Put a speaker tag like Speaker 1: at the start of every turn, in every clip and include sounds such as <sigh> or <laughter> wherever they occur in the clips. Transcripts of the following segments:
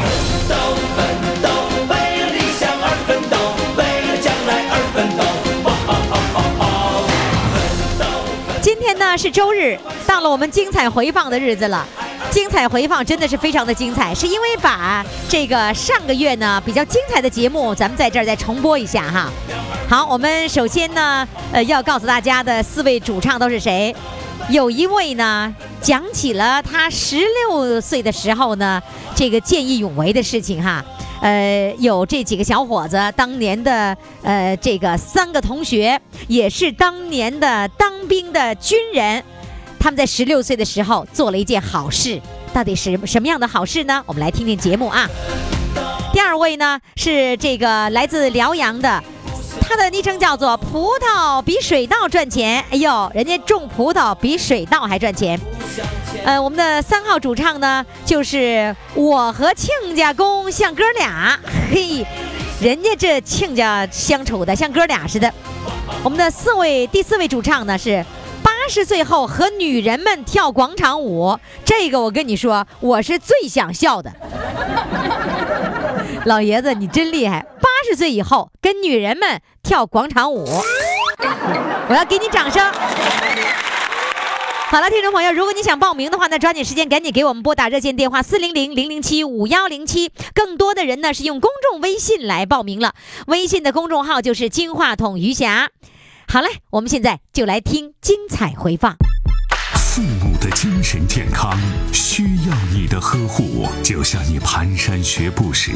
Speaker 1: 奋斗，奋斗，为了理想而奋斗，为了将来而奋斗。
Speaker 2: 今天呢是周日，到了我们精彩回放的日子了。精彩回放真的是非常的精彩，是因为把这个上个月呢比较精彩的节目，咱们在这儿再重播一下哈。好，我们首先呢，呃，要告诉大家的四位主唱都是谁？有一位呢讲起了他十六岁的时候呢，这个见义勇为的事情哈。呃，有这几个小伙子当年的呃，这个三个同学也是当年的当兵的军人，他们在十六岁的时候做了一件好事，到底是什么样的好事呢？我们来听听节目啊。第二位呢是这个来自辽阳的，他的昵称叫做“葡萄比水稻赚钱”。哎呦，人家种葡萄比水稻还赚钱。呃，我们的三号主唱呢，就是我和亲家公像哥俩，嘿，人家这亲家相处的像哥俩似的。我们的四位第四位主唱呢是八十岁后和女人们跳广场舞，这个我跟你说，我是最想笑的。老爷子，你真厉害！八十岁以后跟女人们跳广场舞，我要给你掌声。好了，听众朋友，如果你想报名的话，那抓紧时间，赶紧给我们拨打热线电话四零零零零七五幺零七。更多的人呢是用公众微信来报名了，微信的公众号就是“金话筒余霞”。好嘞，我们现在就来听精彩回放。
Speaker 3: 父母的精神健康需要你的呵护，就像你蹒跚学步时，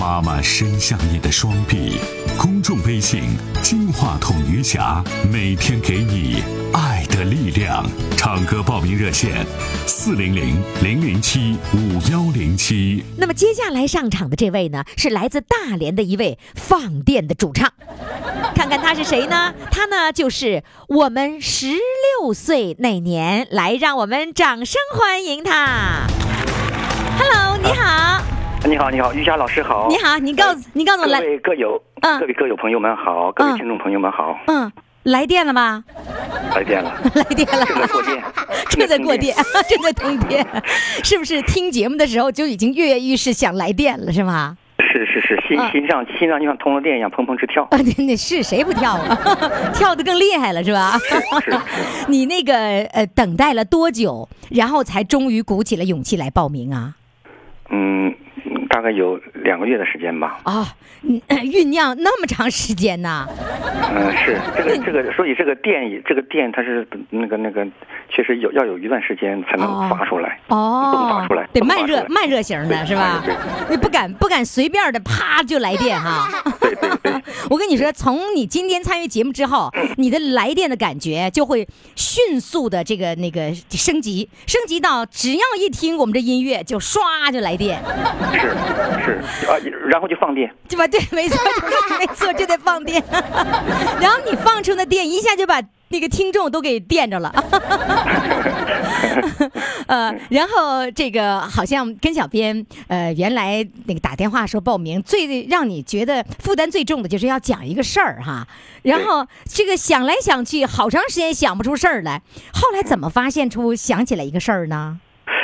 Speaker 3: 妈妈伸向你的双臂。公众微信“金话筒余霞”每天给你爱的力量。唱歌报名热线：四零零零零七五幺零七。
Speaker 2: 那么接下来上场的这位呢，是来自大连的一位放电的主唱，看看他是谁呢？他呢就是我们十六岁那年，来让我们掌声欢迎他。Hello，你啊好，
Speaker 4: 你好，你好，玉霞老师好。
Speaker 2: 你好，你告诉你告诉我来
Speaker 4: 各，位各友，
Speaker 2: 嗯
Speaker 4: 各位各友朋友们好，各
Speaker 2: 嗯
Speaker 4: 位听众朋友们好，
Speaker 2: 嗯，来电了吧？
Speaker 4: 来电了，
Speaker 2: <laughs> 来电了，，
Speaker 4: 正在过电
Speaker 2: <laughs> 正在过电， <laughs> 正在通电，是不是听节目的时候就已经跃跃欲试想来电了，是吗？
Speaker 4: 是是是，心
Speaker 2: 嗯
Speaker 4: 心上心脏就像通了电一样砰砰直跳。
Speaker 2: <laughs> 啊，那那是谁不跳啊？ <laughs> 跳的更厉害了是吧？
Speaker 4: 是是
Speaker 2: <laughs> 你那个呃，等待了多久，然后才终于鼓起了勇气来报名啊？
Speaker 4: 嗯，大概有两个月的时间吧。
Speaker 2: 啊、嗯酝酿那么长时间呢？
Speaker 4: 嗯，是这个这个，所以这个电也这个电它是那个那个，确实有要有一段时间才
Speaker 2: 哦
Speaker 4: 能发出来。不能
Speaker 2: 哦
Speaker 4: 发出来，
Speaker 2: 得
Speaker 4: 不能
Speaker 2: 慢
Speaker 4: 发出
Speaker 2: 热
Speaker 4: 来
Speaker 2: 慢热型的是吧
Speaker 4: 对对？
Speaker 2: 你不敢不敢随便的啪就来电哈。
Speaker 4: 对对对，
Speaker 2: <laughs> 我跟你说，从你今天参与节目之后，你的来电的感觉就会迅速的这个那个升级，升级到只要一听我们这音乐就唰就来电，
Speaker 4: 是是啊，然后就放电。
Speaker 2: 对吧？对，没错，就是没错，就得放电。然后你放出的电一下就把那个听众都给电着了。呃，然后这个好像跟小编呃原来那个打电话说报名，最让你觉得负担最重的就是要讲一个事儿哈。然后这个想来想去，好长时间想不出事儿来。后来怎么发现出想起来一个事儿呢？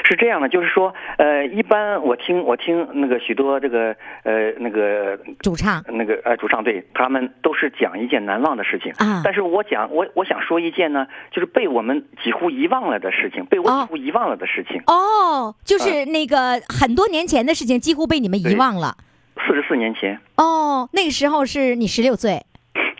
Speaker 4: 是这样的，就是说，呃，一般我听我听那个许多这个呃那个
Speaker 2: 主唱
Speaker 4: 那个呃主唱队，他们都是讲一件难忘的事情
Speaker 2: 啊
Speaker 4: 但是我讲我我想说一件呢，就是被我们几乎遗忘了的事情，被我
Speaker 2: 哦
Speaker 4: 几乎遗忘了的事情。
Speaker 2: 哦，就是那个很多年前的事情，几乎被你们遗
Speaker 4: 对
Speaker 2: 忘了。
Speaker 4: 四十四年前，
Speaker 2: 哦，那个时候是你十六岁。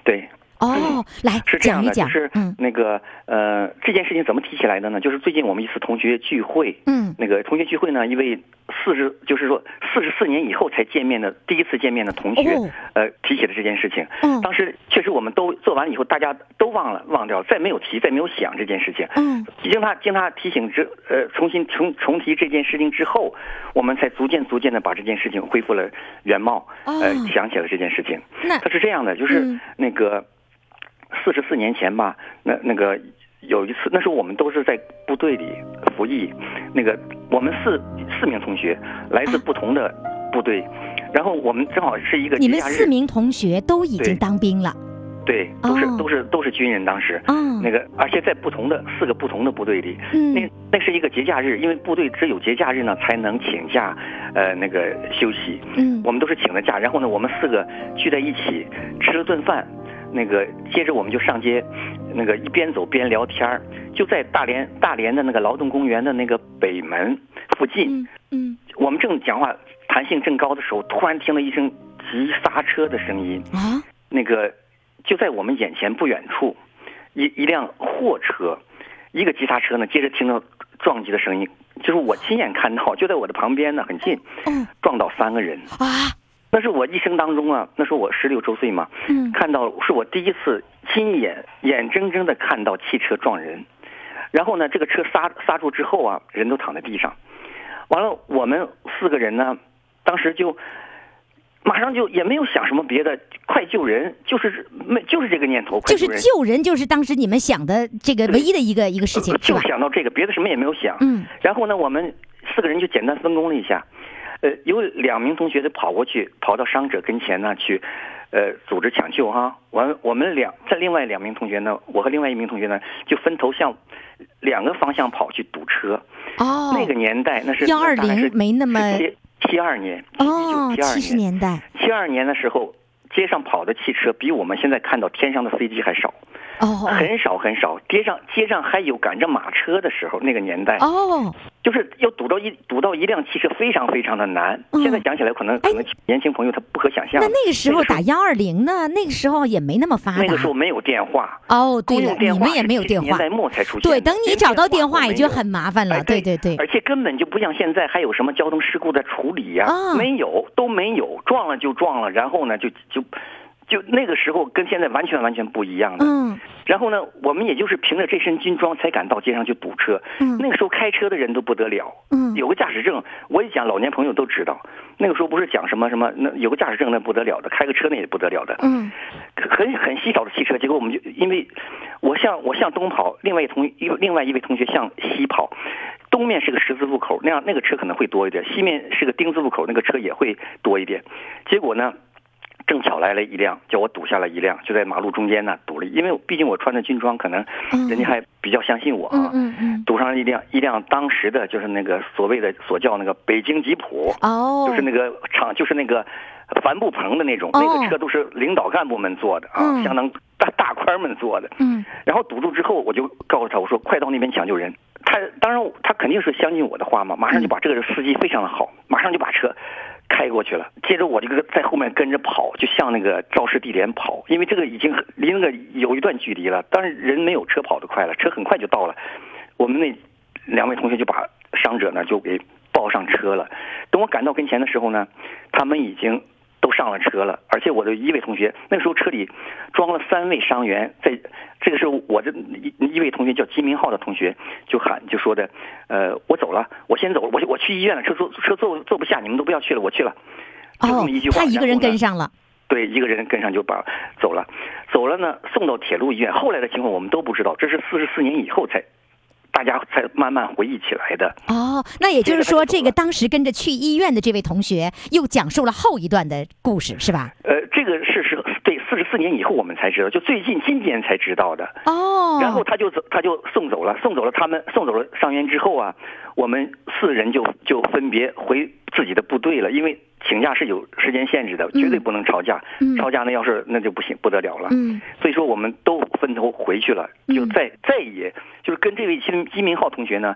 Speaker 4: 对，
Speaker 2: 哦，来
Speaker 4: 嗯是这样
Speaker 2: 讲一
Speaker 4: 的，
Speaker 2: 讲，
Speaker 4: 就是
Speaker 2: 嗯
Speaker 4: 那个呃，这件事情怎么提起来的呢？就是最近我们一次同学聚会，
Speaker 2: 嗯
Speaker 4: 那个同学聚会呢，因为四十，就是说四十四年以后才见面的第一次见面的同学，
Speaker 2: 哦
Speaker 4: 呃，提起了这件事情。
Speaker 2: 嗯
Speaker 4: 当时确实我们都做完以后，大家都忘了，忘掉了，再没有提，再没有想这件事情。
Speaker 2: 嗯，
Speaker 4: 经他经他提醒之呃重新重重提这件事情之后，我们才逐渐逐渐的把这件事情恢复了原貌，呃
Speaker 2: 哦，
Speaker 4: 想起了这件事情。
Speaker 2: 那
Speaker 4: 它是这样的，就是
Speaker 2: 嗯
Speaker 4: 那个四十四年前吧，那那个有一次，那时候我们都是在部队里服役，那个我们四四名同学来自
Speaker 2: 啊
Speaker 4: 不同的部队，然后我们正好是一个
Speaker 5: 你
Speaker 4: 节
Speaker 5: 们
Speaker 4: 假
Speaker 5: 四
Speaker 4: 日，
Speaker 5: 名同学都已
Speaker 4: 对
Speaker 5: 经当兵了
Speaker 4: 对，都是、
Speaker 5: 哦
Speaker 4: 都是都是军人，当时。
Speaker 5: 啊，
Speaker 4: 那个，而且在不同的四个不同的部队里，那
Speaker 5: 嗯
Speaker 4: 那是一个节假日，因为部队只有节假日呢才能请假，呃，那个休息。
Speaker 5: 嗯
Speaker 4: 我们都是请了假，然后呢，我们四个聚在一起吃了顿饭，那个接着我们就上街，那个一边走边聊天儿，就在大连大连的那个劳动公园的那个北门附近，
Speaker 5: 嗯嗯，
Speaker 4: 我们正讲话弹性正高的时候，突然听到一声急刹车的声音，
Speaker 5: 啊
Speaker 4: 那个就在我们眼前不远处，一一辆货车，一个急刹车呢，接着听到撞击的声音，就是我亲眼看到，就在我的旁边呢，很近，
Speaker 5: 嗯
Speaker 4: 撞到三个人。
Speaker 5: 啊
Speaker 4: 那是我一生当中啊，那时候我十六周岁嘛，
Speaker 5: 嗯
Speaker 4: 看到是我第一次亲眼眼睁睁的看到汽车撞人，然后呢，这个车刹刹住之后啊，人都躺在地上，完了我们四个人呢，当时就马上就也没有想什么别的，快救人，就是没就是这个念头，快
Speaker 5: 就
Speaker 4: 救
Speaker 5: 是
Speaker 4: 人，
Speaker 5: 救人，就是当时你们想的这个唯一的一个一个事情
Speaker 4: 嗯呃，
Speaker 5: 是
Speaker 4: 就
Speaker 5: 吧？
Speaker 4: 想到这个，别的什么也没有想。
Speaker 5: 嗯
Speaker 4: 然后呢，我们四个人就简单分工了一下，呃，有两名同学就跑过去，跑到伤者跟前呢去，呃，组织抢救哈。完，我们两在另外两名同学呢，我和另外一名同学呢，就分头向两个方向跑去堵车。
Speaker 5: 哦，
Speaker 4: 那个年代那是
Speaker 5: 120
Speaker 4: 大概是
Speaker 5: 没那么
Speaker 4: 七七二年，
Speaker 5: 哦
Speaker 4: 一九，
Speaker 5: 七
Speaker 4: 七
Speaker 5: 十
Speaker 4: 二年，
Speaker 5: 年代
Speaker 4: 七二年的时候，街上跑的汽车比我们现在看到天上的飞机还少，
Speaker 5: 哦
Speaker 4: 很少很少。街上街上还有赶着马车的时候，那个年代。
Speaker 5: 哦，
Speaker 4: 就是要堵到一堵到一辆汽车，非常非常的难。
Speaker 5: 嗯
Speaker 4: 现在想起来，可能可能年轻朋友他不可想象
Speaker 5: 那。那个时候
Speaker 4: 那个时候
Speaker 5: 打幺二零呢，那个时候也没那么发
Speaker 4: 那个时候
Speaker 5: 达。
Speaker 4: 没有电话，
Speaker 5: 哦，对
Speaker 4: 公
Speaker 5: 了
Speaker 4: 用，
Speaker 5: 你
Speaker 4: 电话
Speaker 5: 们也没有
Speaker 4: 是70
Speaker 5: 电
Speaker 4: 年
Speaker 5: 话，
Speaker 4: 代末才出现的。
Speaker 5: 对，等你
Speaker 4: 连
Speaker 5: 找到电
Speaker 4: 都
Speaker 5: 话
Speaker 4: 没
Speaker 5: 也就
Speaker 4: 有
Speaker 5: 很麻烦了。
Speaker 4: 哎
Speaker 5: 对对对，
Speaker 4: 而且根本就不像现在还有什么交通事故的处理呀、
Speaker 5: 啊
Speaker 4: 没有，都没有，撞了就撞了，然后呢就就就那个时候跟现在完全完全不一样的。
Speaker 5: 嗯
Speaker 4: 然后呢，我们也就是凭着这身军装才敢到街上去堵车。
Speaker 5: 嗯
Speaker 4: 那个时候开车的人都不得了，
Speaker 5: 嗯
Speaker 4: 有个驾驶证，我一讲老年朋友都知道。那个时候不是讲什么什么，那有个驾驶证那不得了的，开个车那也不得了的，
Speaker 5: 嗯
Speaker 4: 很很稀少的汽车。结果我们就因为我向我向东跑，另外一同一另外一位同学向西跑，东面是个十字路口，那样那个车可能会多一点；西面是个丁字路口，那个车也会多一点。结果呢？正巧来了一辆，叫我堵下了一辆，就在马路中间呢堵了，因为毕竟我穿着军装，可能人家还比较相信我啊。
Speaker 5: 嗯嗯嗯，
Speaker 4: 堵上了一辆一辆当时的就是那个所谓的所叫那个北京吉普，
Speaker 5: 哦
Speaker 4: 就是那个厂就是那个帆布棚的那种，
Speaker 5: 哦
Speaker 4: 那个车都是领导干部们坐的啊，
Speaker 5: 嗯
Speaker 4: 相当大大官们坐的。
Speaker 5: 嗯
Speaker 4: 然后堵住之后，我就告诉他，我说快到那边抢救人。他当然他肯定是相信我的话嘛，马上
Speaker 5: 嗯
Speaker 4: 就把这个司机非常的好，马上就把车开过去了。接着我这个在后面跟着跑，就向那个肇事地点跑，因为这个已经很离那个有一段距离了，当然人没有车跑得快了，车很快就到了。我们那两位同学就把伤者呢就给抱上车了。等我赶到跟前的时候呢，他们已经都上了车了，而且我的一位同学那个时候车里装了三位伤员，在这个是我的一一位同学叫金明浩的同学就喊就说的，呃，我走了，我先走了，我我去医院了，车坐车坐坐不下，你们都不要去了，我去了。就这
Speaker 5: 哦
Speaker 4: 么一句，话，
Speaker 5: 他一个人
Speaker 4: 然后呢
Speaker 5: 跟上了。
Speaker 4: 对，一个人跟上就把走了，走了呢，送到铁路医院。后来的情况我们都不知道，这是四十四年以后才，大家才慢慢回忆起来的。
Speaker 5: 哦，那也就是
Speaker 4: 接着他
Speaker 5: 说，
Speaker 4: 就
Speaker 5: 这
Speaker 4: 走
Speaker 5: 个
Speaker 4: 了
Speaker 5: 当时跟着去医院的这位同学又讲述了后一段的故事，是吧？
Speaker 4: 呃，这个事实对四十四年以后我们才知道，就最近今年才知道的。
Speaker 5: 哦，
Speaker 4: 然后他就走，他就送走了，送走了他们，送走了伤员之后啊，我们四人就就分别回自己的部队了，因为请假是有时间限制的，绝对不能吵架，
Speaker 5: 嗯
Speaker 4: 吵架那要是那就不行，不得了了。
Speaker 5: 嗯
Speaker 4: 所以说我们都分头回去了，就再再也就是跟这位金金明浩同学呢，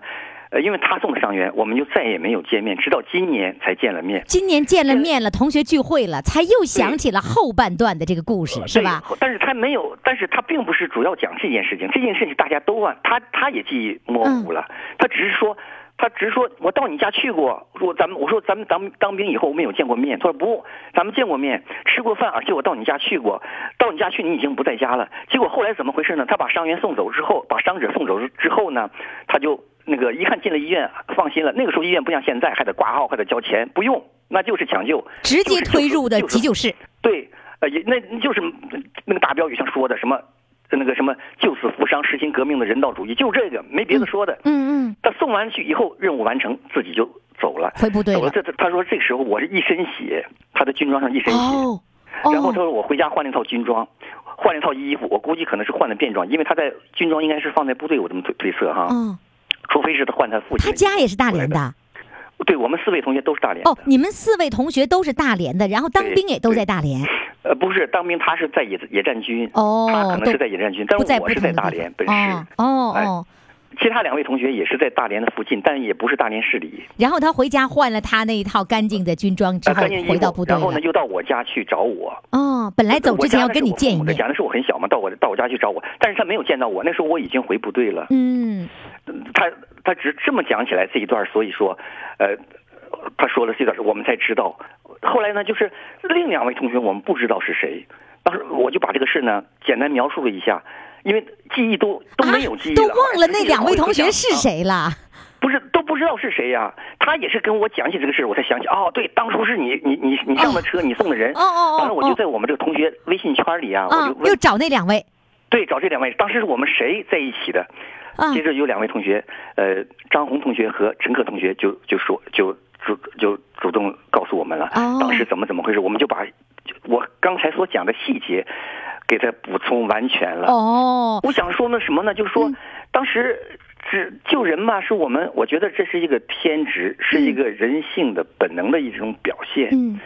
Speaker 4: 呃，因为他送的伤员，我们就再也没有见面，直到今年才见了面。
Speaker 2: 今年见了面了，同学聚会了，才又想
Speaker 4: 对
Speaker 2: 起了后半段的这个故事，是吧？
Speaker 4: 对？但是他没有，但是他并不是主要讲这件事情，这件事情大家都忘，他他也记忆模
Speaker 2: 嗯
Speaker 4: 糊了，他只是说。他只是说，我到你家去过，我咱们我说咱们当当兵以后我们有见过面，他说不，咱们见过面，吃过饭，而且我到你家去过，到你家去你已经不在家了。结果后来怎么回事呢？他把伤员送走之后，把伤者送走之之后呢，他就那个一看进了医院，放心了。那个时候医院不像现在还得挂号，还得交钱，不用，那就是抢救，
Speaker 2: 直接推入的
Speaker 4: 就是
Speaker 2: 急救室，
Speaker 4: 对，呃，也那那就是嗯那个大标语上说的什么，那个什么救死扶伤、实行革命的人道主义，就这个，没别的说的。
Speaker 2: 嗯嗯，
Speaker 4: 他送完去以后，任务完成，自己就走了。
Speaker 2: 回部队
Speaker 4: 走了，
Speaker 2: 了。
Speaker 4: 这这他说这时候我是一身血，他的军装上一身血。
Speaker 2: 哦
Speaker 4: 然后他
Speaker 2: 哦，
Speaker 4: 说我回家换了一套军装，换了一套衣服，我估计可能是换了便装，因为他在军装应该是放在部队，我这么推推测哈，
Speaker 2: 嗯，
Speaker 4: 除非是他换他父亲的衣服回来
Speaker 2: 他
Speaker 4: 的。
Speaker 2: 家也是大连的。
Speaker 4: 对我们四位同学都是大连的。
Speaker 2: 哦，你们四位同学都是大连的，然后当
Speaker 4: 对
Speaker 2: 兵也都
Speaker 4: 对
Speaker 2: 在大连。
Speaker 4: 呃，不是当兵，他是在野野战军，
Speaker 2: 哦
Speaker 4: 他可能
Speaker 2: 都
Speaker 4: 是在野战军，但
Speaker 2: 不在
Speaker 4: 是
Speaker 2: 不
Speaker 4: 我是
Speaker 2: 同
Speaker 4: 在
Speaker 2: 的
Speaker 4: 大
Speaker 2: 地
Speaker 4: 连
Speaker 2: 方
Speaker 4: 本市。
Speaker 2: 哦哦
Speaker 4: 哎
Speaker 2: 哦，
Speaker 4: 其他两位同学也是在大连的附近，但也不是大连市里。
Speaker 2: 然后他回家换了他那一套干净的军装之
Speaker 4: 呃
Speaker 2: 后
Speaker 4: 关键衣
Speaker 2: 回到
Speaker 4: 服
Speaker 2: 部，队
Speaker 4: 然后呢
Speaker 2: 了。
Speaker 4: 又到我家去找我。
Speaker 2: 哦，本来走
Speaker 4: 我家
Speaker 2: 之前要
Speaker 4: 那
Speaker 2: 跟
Speaker 4: 是
Speaker 2: 你
Speaker 4: 我父
Speaker 2: 见一
Speaker 4: 母的
Speaker 2: 面
Speaker 4: 家。那时候我很小嘛，到我到我家去找我，但是他没有见到我。那时候我已经回部队了。
Speaker 2: 嗯，
Speaker 4: 他他只这么讲起来这一段，所以说，呃，他说了这段，我们才知道。后来呢，就是另两位同学我们不知道是谁，当时我就把这个事呢简单描述了一下，因为记忆都都没有记忆
Speaker 2: 啊都
Speaker 4: 了，
Speaker 2: 忘了那两
Speaker 4: <laughs>
Speaker 2: 位同学是
Speaker 4: 啊
Speaker 2: 谁了。
Speaker 4: 不是都不知道是谁呀、他也是跟我讲起这个事儿，我才想起哦，对，当初是你你你你上的车，你送的人。
Speaker 2: 哦哦
Speaker 4: 完了，
Speaker 2: 哦
Speaker 4: 我就
Speaker 2: 哦
Speaker 4: 在我们这个同学微信圈里啊，我
Speaker 2: 啊
Speaker 4: 就，
Speaker 2: 又
Speaker 4: 问
Speaker 2: 找那两位
Speaker 4: 对找这两位，当时是我们谁在一起的？
Speaker 2: 啊
Speaker 4: 接着有两位同学，呃，张红同学和陈可同学就就说就主就主动告诉我们了，
Speaker 2: 哦
Speaker 4: 当时怎么怎么回事，我们就把就我刚才所讲的细节给他补充完全了。
Speaker 2: 哦，
Speaker 4: 我想说呢什么呢？就是说，
Speaker 2: 嗯
Speaker 4: 当时只救人嘛，是我们我觉得这是一个天职，是一个人性的本能的一种表现。
Speaker 2: 嗯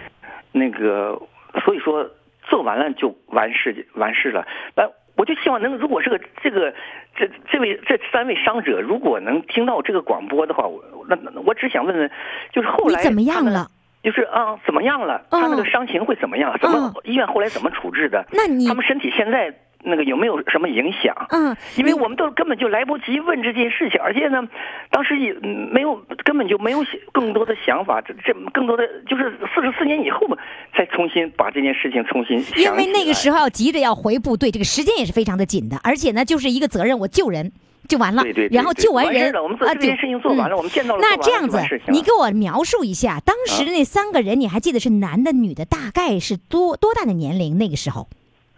Speaker 4: 那个，所以说做完了就完事完事了。那我就希望能，如果这个这个这这位这三位伤者如果能听到这个广播的话，我那那我只想问问，就是后
Speaker 2: 你
Speaker 4: 来
Speaker 2: 怎么样
Speaker 4: 他们
Speaker 2: 了？
Speaker 4: 就是啊，怎么样了？他那个
Speaker 2: 嗯
Speaker 4: 伤情会怎么样？怎么医院后来怎么处置的？
Speaker 2: 那你
Speaker 4: 他们身体现在那个有没有什么影响？
Speaker 2: 嗯，
Speaker 4: 因为
Speaker 2: 你
Speaker 4: 我们都根本就来不及问这件事情，而且呢，当时也嗯没有根本就没有想更多的想法，这这更多的就是四十四年以后嘛，才重新把这件事情重新想起
Speaker 2: 因为那个时
Speaker 4: 候
Speaker 2: 候要急着要回部队，这个时间也是非常的紧的，而且呢，就是一个责任，我救人就完了，
Speaker 4: 对对对
Speaker 2: 然后
Speaker 4: 对
Speaker 2: 救
Speaker 4: 完事
Speaker 2: 人
Speaker 4: 了我们做
Speaker 2: 啊
Speaker 4: 这件
Speaker 2: 就
Speaker 4: 事情做完了
Speaker 2: 嗯
Speaker 4: 我们见到了
Speaker 2: 那
Speaker 4: 做完了
Speaker 2: 这样
Speaker 4: 就完
Speaker 2: 子
Speaker 4: 事情，了啊
Speaker 2: 你给我描述一下当时的那三个人，你还记得是男的女的，大概是多多大的年龄？那个时候，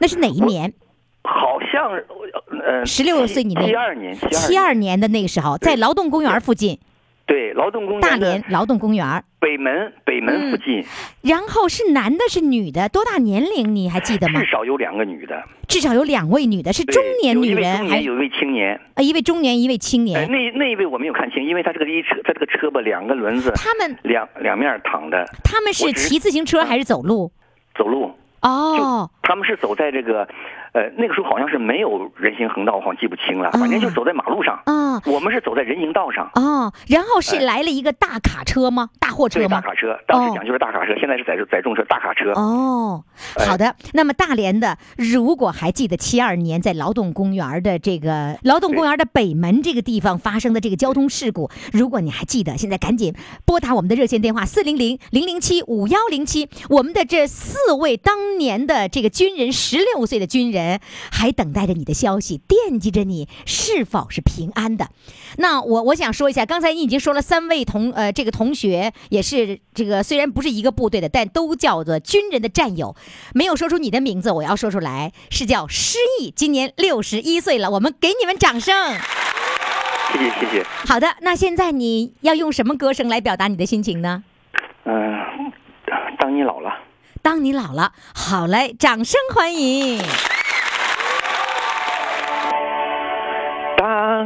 Speaker 2: 那是哪一年？
Speaker 4: 好像呃
Speaker 2: 16岁你那
Speaker 4: 七二年
Speaker 2: 七
Speaker 4: 二
Speaker 2: 二年的那个时候，在劳动公园附近，
Speaker 4: 对劳动公
Speaker 2: 大
Speaker 4: 园的
Speaker 2: 连劳动公园。
Speaker 4: 北门北门附
Speaker 2: 嗯
Speaker 4: 近、
Speaker 2: 然后是男的，是女的，多大年龄你还记得吗
Speaker 4: 至？少有两个女的，
Speaker 2: 至少有两位女的，是
Speaker 4: 对
Speaker 2: 中年
Speaker 4: 有一
Speaker 2: 女
Speaker 4: 位
Speaker 2: 人，
Speaker 4: 中
Speaker 2: 还
Speaker 4: 年有一位青年，
Speaker 2: 呃一位中年，一位青
Speaker 4: 哎、
Speaker 2: 年。
Speaker 4: 那那一位我没有看清，因为他这个一车他这个车吧两个轮子
Speaker 2: 他们
Speaker 4: 两两面躺着
Speaker 2: 他们
Speaker 4: 我
Speaker 2: 是
Speaker 4: 只是啊
Speaker 2: 骑自行车还是走路？
Speaker 4: 走路。
Speaker 2: 哦，
Speaker 4: 他们是走在这个，呃，那个时候好像是没有人行横道，我好像记不清了，反正就走在马路上。
Speaker 2: 啊
Speaker 4: 我们是走在人行道上，
Speaker 2: 哦，然后是
Speaker 4: 哎
Speaker 2: 来了一个大卡车吗？大货
Speaker 4: 对
Speaker 2: 车
Speaker 4: 大
Speaker 2: 吗？
Speaker 4: 卡车，当时讲就是大卡车，现在是载载重车大卡车。
Speaker 2: 哦，
Speaker 4: 哎
Speaker 2: 好的。那么大连的，如果还记得七二年在劳动公园的这个劳动公园的北门这个地方发生的这个交通事故，如果你还记得，现在赶紧拨打我们的热线电话四零零零零七五幺零七。我们的这四位当年的这个军人，十六岁的军人，还等待着你的消息，惦记着你是否是平安的。那我我想说一下，刚才你已经说了三位同呃这个同学也是这个虽然不是一个部队的，但都叫做军人的战友，没有说出你的名字，我要说出来是叫失忆，今年六十一岁了，我们给你们掌声。
Speaker 4: 谢谢谢谢，
Speaker 2: 好的，那现在你要用什么歌声来表达你的心情呢？
Speaker 4: 嗯、当你老了，
Speaker 2: 当你老了，好嘞，掌声欢迎。
Speaker 4: 当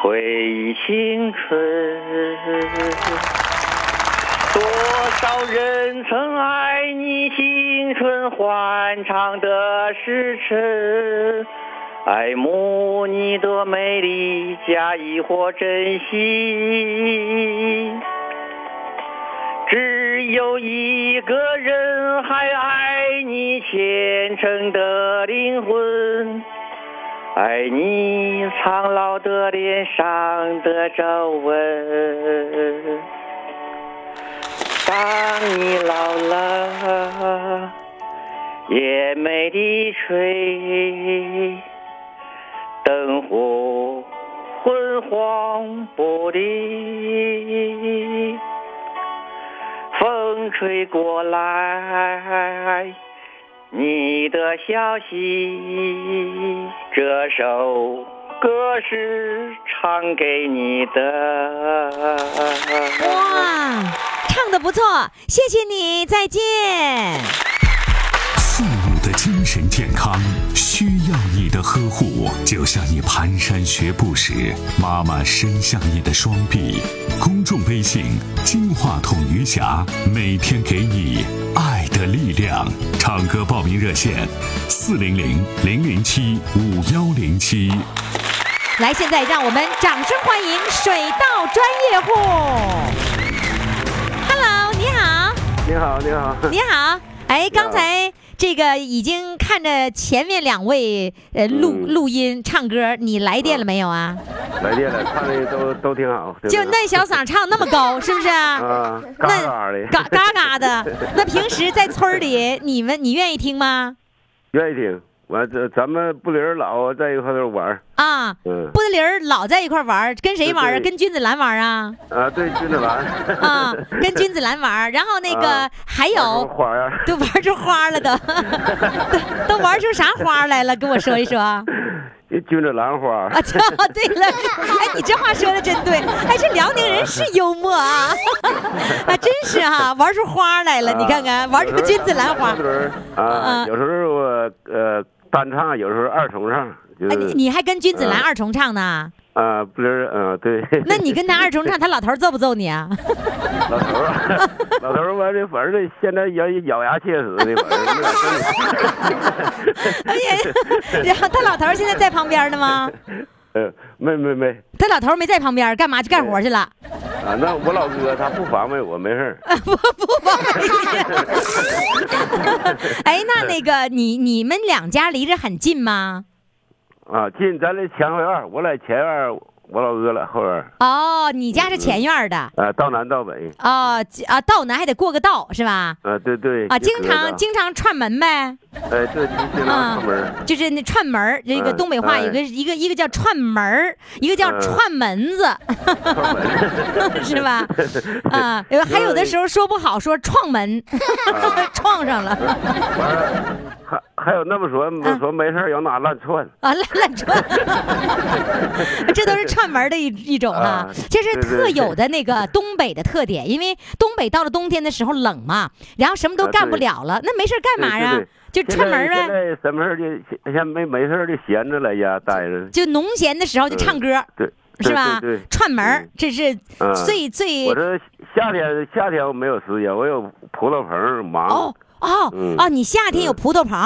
Speaker 5: 回忆青春。多少人曾爱你青春欢畅的时辰，爱慕你的美丽，加以或珍惜。只有一个人还爱你虔诚的灵魂，爱你苍老的脸上的皱纹。当你老了，也没地吹，灯火昏黄不定。风吹过来，你的消息，这首歌是唱给你的。
Speaker 2: 哇，唱的不错，谢谢你，再见。
Speaker 3: 父母的精神健康需要你的呵护，就像你蹒跚学步时，妈妈伸向你的双臂。公众微信“金话筒余霞”每天给你爱的力量。唱歌报名热线：四零零零零七五幺零七。
Speaker 2: 来，现在让我们掌声欢迎水稻专业户。Hello，你好，
Speaker 6: 你好，你好， <laughs>
Speaker 2: 你好。哎，刚才这个已经看着前面两位呃录
Speaker 6: 嗯
Speaker 2: 录音唱歌，你来电了没有啊？
Speaker 6: 来电了，唱的都都挺好，真
Speaker 2: 就
Speaker 6: 的
Speaker 2: 那小嗓唱那么高，是不是
Speaker 6: <laughs>
Speaker 2: 啊？
Speaker 6: 啊，
Speaker 2: 那
Speaker 6: 嘎嘎的，
Speaker 2: 嘎嘎嘎的。那平时在村儿里，你们你愿意听吗？
Speaker 6: 愿意听。完这咱们不离老在一块儿玩儿
Speaker 2: 啊，
Speaker 6: 嗯
Speaker 2: 布德林儿老在一块儿玩儿，跟谁玩儿啊？
Speaker 6: 对对
Speaker 2: 跟君子兰玩儿啊？
Speaker 6: 啊，对，君子兰 <laughs>
Speaker 2: 啊，跟君子兰玩儿。然后那个
Speaker 6: 啊
Speaker 2: 还
Speaker 6: 玩
Speaker 2: 有
Speaker 6: 出，花样儿，
Speaker 2: <laughs> 都玩出花了都，都都玩出啥花来了？跟我说一说。啊，
Speaker 6: 一君子兰花儿，
Speaker 2: 这 <laughs> 对了，哎，你这话说的真对，哎，这辽宁人是幽默啊， <laughs> 啊，真是哈、玩出花来了，你看看，玩出个君子兰花
Speaker 6: 啊有。时候啊，有
Speaker 2: 啊
Speaker 6: 时候我呃单唱，有时候二重唱，就
Speaker 2: 哎，你
Speaker 6: 是
Speaker 2: 你还跟君子兰
Speaker 6: 嗯
Speaker 2: 二重唱呢？
Speaker 6: 啊，不离嗯，对。
Speaker 2: 那你跟他二重唱，他老头儿揍不揍你啊？
Speaker 6: <laughs>
Speaker 2: <laughs>
Speaker 6: 老头儿啊，老头儿完这反正现在咬咬牙切齿的，反正没敢动
Speaker 2: 哎呀， <laughs> 然后他老头儿现在在旁边呢吗？
Speaker 6: 呃，没没没
Speaker 2: 他老头儿没在旁边，干嘛去干活去了？
Speaker 6: 啊，那我老哥他不防备我，没事儿。
Speaker 2: <laughs> 哎，那那个你你们两家离着很近吗？
Speaker 6: 啊，进咱这前后院儿，我在前院儿，我老哥在后院儿，
Speaker 2: 哦，你家是前院儿的。
Speaker 6: 啊，到南到北，
Speaker 2: 哦啊，道南还得过个道是吧？
Speaker 6: 啊，对对，
Speaker 2: 啊，
Speaker 6: 就
Speaker 2: 经
Speaker 6: 隔着
Speaker 2: 常经常串门呗，嗯
Speaker 6: 哎，对，经经常出门儿，
Speaker 2: 就是那串门儿，这个
Speaker 6: 嗯
Speaker 2: 东北话有个
Speaker 6: 哎
Speaker 2: 一个一个叫串门儿，一个叫
Speaker 6: 嗯
Speaker 2: 串门子，
Speaker 6: 串门儿
Speaker 2: <laughs>
Speaker 6: 哎 <laughs>
Speaker 2: 是吧？啊，有还有的时候说不好说撞门，
Speaker 6: 啊
Speaker 2: <laughs> 撞上
Speaker 6: <laughs>
Speaker 2: 了。
Speaker 6: 完了，还还有那么说
Speaker 2: 嗯啊
Speaker 6: 说没事儿往哪乱窜，
Speaker 2: 啊，乱乱串， <laughs> 这都是串门儿的一一种哈
Speaker 6: 啊，
Speaker 2: 这是
Speaker 6: 对对
Speaker 2: 特
Speaker 6: 对
Speaker 2: 有的那个东北的特点，因为东北到了冬天的时候冷嘛，然后什么都
Speaker 6: 啊
Speaker 2: 干不
Speaker 6: 对
Speaker 2: 了了，那没事儿干嘛
Speaker 6: 对
Speaker 2: 呀
Speaker 6: 对？
Speaker 2: 就串门儿
Speaker 6: 现
Speaker 2: 啊呗，
Speaker 6: 在现在什么事儿就现在没没事儿就闲着在家待着，
Speaker 2: 就农闲的时候就唱歌，
Speaker 6: 对，嗯
Speaker 2: 是
Speaker 6: 对
Speaker 2: 吧
Speaker 6: 对对，？
Speaker 2: 串门儿，这是
Speaker 6: 嗯
Speaker 2: 最最
Speaker 6: 我这夏天夏天我没有时间，我有葡萄棚忙
Speaker 2: 哦，哦
Speaker 6: 嗯
Speaker 2: 哦，你夏天有葡萄棚，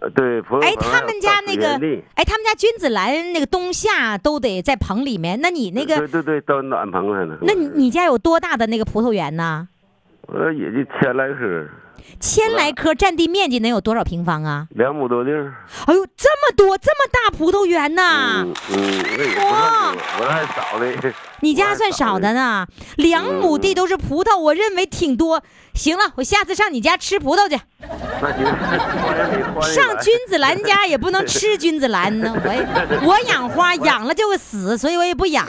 Speaker 6: 呃对葡萄棚
Speaker 2: 哎，他们家那
Speaker 6: 还有
Speaker 2: 个
Speaker 6: 大水源地，
Speaker 2: 哎，他们家君子兰那个冬夏都得在棚里面，那你那个
Speaker 6: 对，对对，都暖棚上呢，
Speaker 2: 那你你家有多大的那个葡萄园呢？
Speaker 6: 我也就千来棵，
Speaker 2: 千来棵，占地面积能有多少平方啊？
Speaker 6: 两亩多地儿。
Speaker 2: 哎呦，这么多，这么大葡萄园呐、
Speaker 6: 嗯嗯，那也不算多，我还少的。
Speaker 2: 你家算少的呢，两亩地都是葡萄，我认为挺多。行了，我下次上你家吃葡萄去，
Speaker 6: 那行，欢迎你，欢迎你
Speaker 2: 上君子兰家也不能吃君子兰
Speaker 6: <laughs>
Speaker 2: 呢。我也我养花养了就会死，所以我也不养。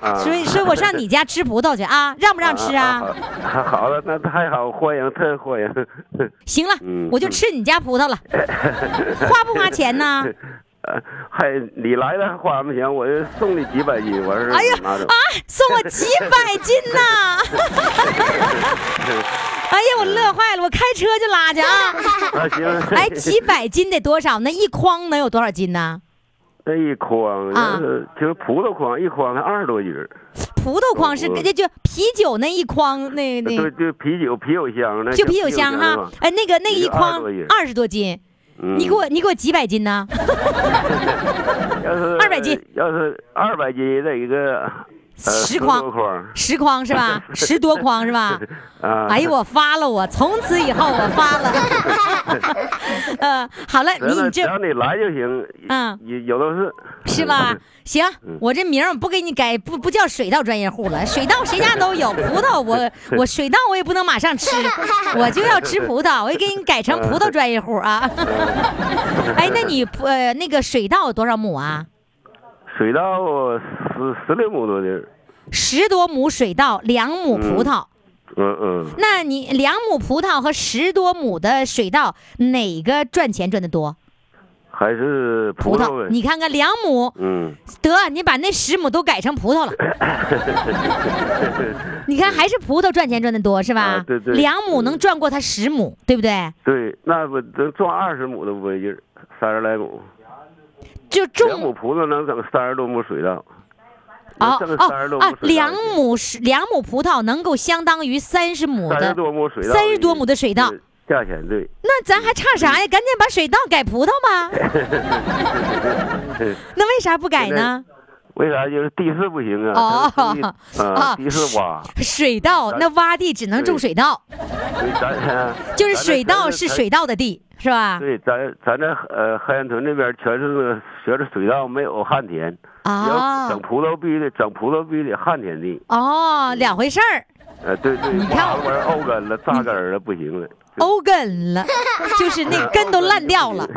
Speaker 6: 啊
Speaker 2: 所以，所以我上你家吃葡萄去啊，让不让吃啊？
Speaker 6: 好好的，那太好，欢迎，特欢迎。
Speaker 2: 行了
Speaker 6: 嗯，
Speaker 2: 我就吃你家葡萄了。 <laughs> 花不花钱呢？
Speaker 6: <laughs> 呃，还你来了花没钱，我就送你几百斤，我是
Speaker 2: 哎呀
Speaker 6: 拿走
Speaker 2: <laughs> 啊。，送我几百斤呐！哎呀，我乐坏了，我开车就拉去 <laughs> 啊！
Speaker 6: 那行，
Speaker 2: 哎，
Speaker 6: <laughs>
Speaker 2: 几百斤得多少呢？一筐能有多少斤呢？
Speaker 6: 那一筐
Speaker 2: 啊
Speaker 6: 就是就是葡萄筐，一筐才二十多斤儿。
Speaker 2: 葡萄筐是
Speaker 6: 我
Speaker 2: 那就啤酒那一筐，那那
Speaker 6: 对对，啤酒啤酒箱那
Speaker 2: 就
Speaker 6: 叫
Speaker 2: 啤酒箱哈
Speaker 6: 嘛，
Speaker 2: 哎，那个那个
Speaker 6: 也
Speaker 2: 一
Speaker 6: 就
Speaker 2: 筐
Speaker 6: 20多斤
Speaker 2: 二十多斤，
Speaker 6: 嗯
Speaker 2: 你给我你给我几百斤呢？
Speaker 6: 要是
Speaker 2: 200斤，
Speaker 6: 要是二百斤的一个呃
Speaker 2: 十
Speaker 6: 多
Speaker 2: 筐
Speaker 6: 筐
Speaker 2: 十筐是 <laughs> 吧？十多筐是 <laughs> 吧？
Speaker 6: 啊！
Speaker 2: 哎呦，我发了我，从此以后我发了。 <laughs> 呃，好了，
Speaker 6: 只要
Speaker 2: 你
Speaker 6: 只
Speaker 2: 你这
Speaker 6: 要你来就行，
Speaker 2: 嗯
Speaker 6: 有有的是， <laughs>
Speaker 2: 是
Speaker 6: 嗯
Speaker 2: 吧？行，我这名儿不给你改，不不叫水稻专业户了。水稻谁家都有，葡萄我我水稻我也不能马上吃，我就要吃葡萄，我也给你改成葡萄专业户啊。 <laughs> 哎，那你葡呃那个水稻有多少亩啊？
Speaker 6: 水稻十十六亩多地儿，
Speaker 2: 十多亩水稻，两亩葡萄。
Speaker 6: 嗯嗯，
Speaker 2: 那你两亩葡萄和十多亩的水稻，哪个赚钱赚的多？
Speaker 6: 还是
Speaker 2: 葡
Speaker 6: 葡
Speaker 2: 萄，
Speaker 6: 萄
Speaker 2: 你
Speaker 6: 呗，
Speaker 2: 看看两亩，
Speaker 6: 嗯，
Speaker 2: 得你把那十亩都改成葡
Speaker 6: <laughs>
Speaker 2: 萄了。你看还是葡萄赚钱赚的多是吧？
Speaker 6: 啊对对
Speaker 2: 两亩能赚过他十亩，对不对？
Speaker 6: 对，那不能种二十亩都不费劲儿，三十来亩，
Speaker 2: 就
Speaker 6: 两
Speaker 2: 种
Speaker 6: 亩葡萄能整三十多亩水稻，
Speaker 2: 哦
Speaker 6: 能挣
Speaker 2: 哦
Speaker 6: 三十多亩
Speaker 2: 啊
Speaker 6: 水，稻
Speaker 2: 两亩是两亩葡萄能够相当于三十亩
Speaker 6: 三十
Speaker 2: 的，
Speaker 6: 多亩水稻，
Speaker 2: 30多亩的水稻
Speaker 6: 对，价钱对，
Speaker 2: 那咱还差啥呀？赶紧把水稻改葡萄
Speaker 6: <laughs>
Speaker 2: 吧。那为啥不改呢？
Speaker 6: 为啥就是地势不行啊？
Speaker 2: 哦 <laughs>
Speaker 6: 地
Speaker 2: 啊
Speaker 6: 啊，地势洼，
Speaker 2: 水稻那洼地只能种水稻，
Speaker 6: 所以咱
Speaker 2: <laughs> 就是水稻是。
Speaker 6: 咱这咱这
Speaker 2: 水稻的地，是吧？
Speaker 6: 对，咱咱这呃汉阳屯这边全是那个全是水稻，没有旱田。
Speaker 2: 啊
Speaker 6: 要整葡萄必须得整葡萄必须得旱田地。
Speaker 2: 哦，两回事儿，
Speaker 6: 呃，对对，
Speaker 2: 你看哦
Speaker 6: 挖了玩意儿沤根了，扎根儿了，不行了。 <laughs>
Speaker 2: 欧根了，就是那根都烂掉了，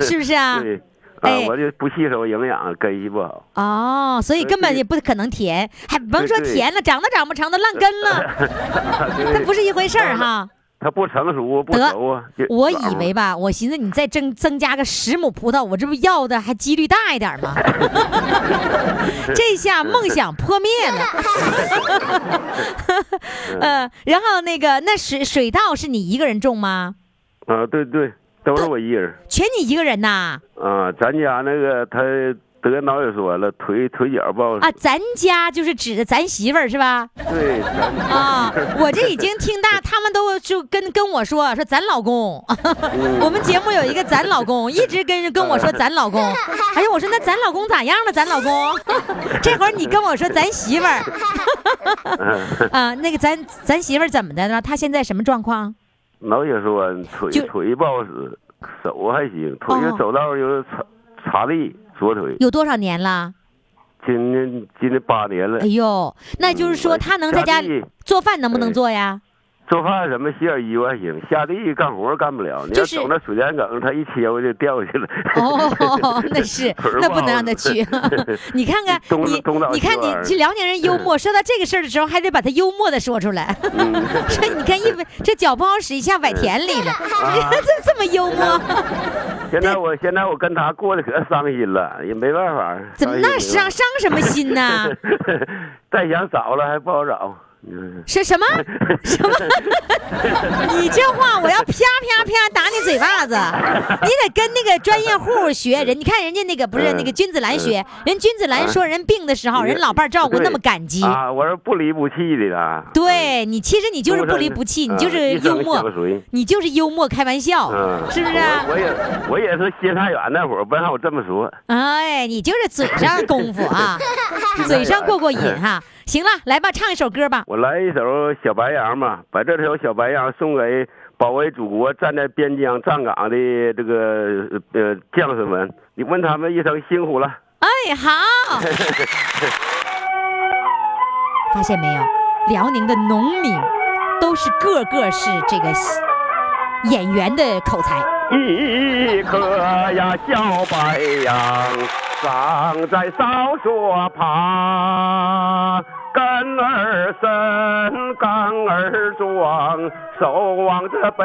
Speaker 2: 是不是啊？
Speaker 6: 对，
Speaker 2: 哎
Speaker 6: 啊，我就不吸收营养，根系不好。
Speaker 2: 哦，所以根本也不可能甜，还甭说
Speaker 6: 对对
Speaker 2: 甜了，长都长不长，都烂根了，
Speaker 6: <laughs>
Speaker 2: 那
Speaker 6: 它
Speaker 2: 不是一回事儿哈。
Speaker 6: 它不成熟，不
Speaker 2: 得
Speaker 6: 熟啊。就
Speaker 2: 我
Speaker 6: 软
Speaker 2: 以
Speaker 6: 乎
Speaker 2: 为吧，我寻思你再增增加个十亩葡萄，我这不要的还几率大一点吗？ <laughs> 这下梦想破灭了。
Speaker 6: <laughs>
Speaker 2: 呃，然后那个那水水稻是你一个人种吗？
Speaker 6: 啊，对对，都是我一人儿
Speaker 2: 全你一个人呐？
Speaker 6: 啊。咱家那个他得脑血栓了，腿腿脚不好使
Speaker 2: 啊，咱家就是指的咱媳妇儿是吧？
Speaker 6: 对，咱
Speaker 2: 啊，我这已经听大，他们都就跟跟我说说咱老公，
Speaker 6: 嗯
Speaker 2: <laughs> 我们节目有一个咱老公，一直跟跟我说咱老
Speaker 6: <laughs>
Speaker 2: 公。哎呀，我说那咱老公咋样了？咱老公， <laughs> 这会儿你跟我说咱媳妇儿，
Speaker 6: 嗯
Speaker 2: <laughs> 啊，那个咱咱媳妇儿怎么的了？她现在什么状况？
Speaker 6: 脑血栓，腿
Speaker 2: 就
Speaker 6: 腿不好使，手还行，腿
Speaker 2: 哦
Speaker 6: 就走道儿有点擦擦力，左腿。
Speaker 2: 有多少年了？
Speaker 6: 今年今年八年了
Speaker 2: 哎，呦，那就是说
Speaker 6: 嗯
Speaker 2: 她能在家
Speaker 6: 家里
Speaker 2: 做饭能不能做呀？
Speaker 6: 做饭什么洗点衣服还行，下地干活干不了。你
Speaker 2: 就
Speaker 6: 要
Speaker 2: 是
Speaker 6: 走那水帘梗，它一切我就掉下去了。
Speaker 2: 哦， <laughs>
Speaker 6: <laughs>
Speaker 2: 那是
Speaker 6: 腿儿
Speaker 2: 那
Speaker 6: 不
Speaker 2: 不能
Speaker 6: 好
Speaker 2: 让他
Speaker 6: 使 <laughs>
Speaker 2: 去。 <laughs> 你看看
Speaker 6: 东
Speaker 2: 你
Speaker 6: 东，倒
Speaker 2: 你
Speaker 6: 西
Speaker 2: 看你
Speaker 6: 歪儿 <laughs>
Speaker 2: 这辽宁人幽默，说到这个事儿的时候，还得把他幽默的说出来。
Speaker 6: 嗯
Speaker 2: <laughs> 这你看一这脚不好使，一下崴田里了，
Speaker 6: 嗯
Speaker 2: <laughs> 这这么幽默，
Speaker 6: 啊现在我现在我跟他过得可伤心了，也没办法。
Speaker 2: <laughs> 怎么那
Speaker 6: 伤
Speaker 2: 伤伤什么心呢？
Speaker 6: 心没办法？ <laughs> 再想找了还不好找。嗯
Speaker 2: 是什么什么？ <laughs> 你这话我要啪啪啪打你嘴巴子！你得跟那个专业户学人，你看人家那个不是
Speaker 6: 嗯
Speaker 2: 那个君子兰学人，君子兰说人病的时哦候，人老伴儿照顾那么感激
Speaker 6: 对。啊！我说不离不弃的啦。
Speaker 2: 对你，其实你就是不离不弃，
Speaker 6: 终
Speaker 2: 你就
Speaker 6: 身
Speaker 2: 是幽默
Speaker 6: 啊一生相随，
Speaker 2: 你就是幽默开玩笑，
Speaker 6: 嗯，
Speaker 2: 是不是啊？
Speaker 6: 我我也我也是心太远那会儿，本来我这么说。
Speaker 2: 哎，你就是嘴上功夫
Speaker 6: <laughs>
Speaker 2: 啊，嘴上过过瘾哈、行了，来吧，唱一首歌吧。
Speaker 6: 我来一首《小白杨》吧，把这首《小白杨》送给保卫祖国、站在边疆站岗的这个呃将士们，你问他们一声辛苦了。
Speaker 2: 哎，
Speaker 6: <laughs>
Speaker 2: 好。发现没有，辽宁的农民都是个个是这个演员的口
Speaker 6: <laughs>
Speaker 2: 才。
Speaker 6: 一棵呀小白杨，长在哨所旁，根儿深，刚儿壮，守望着北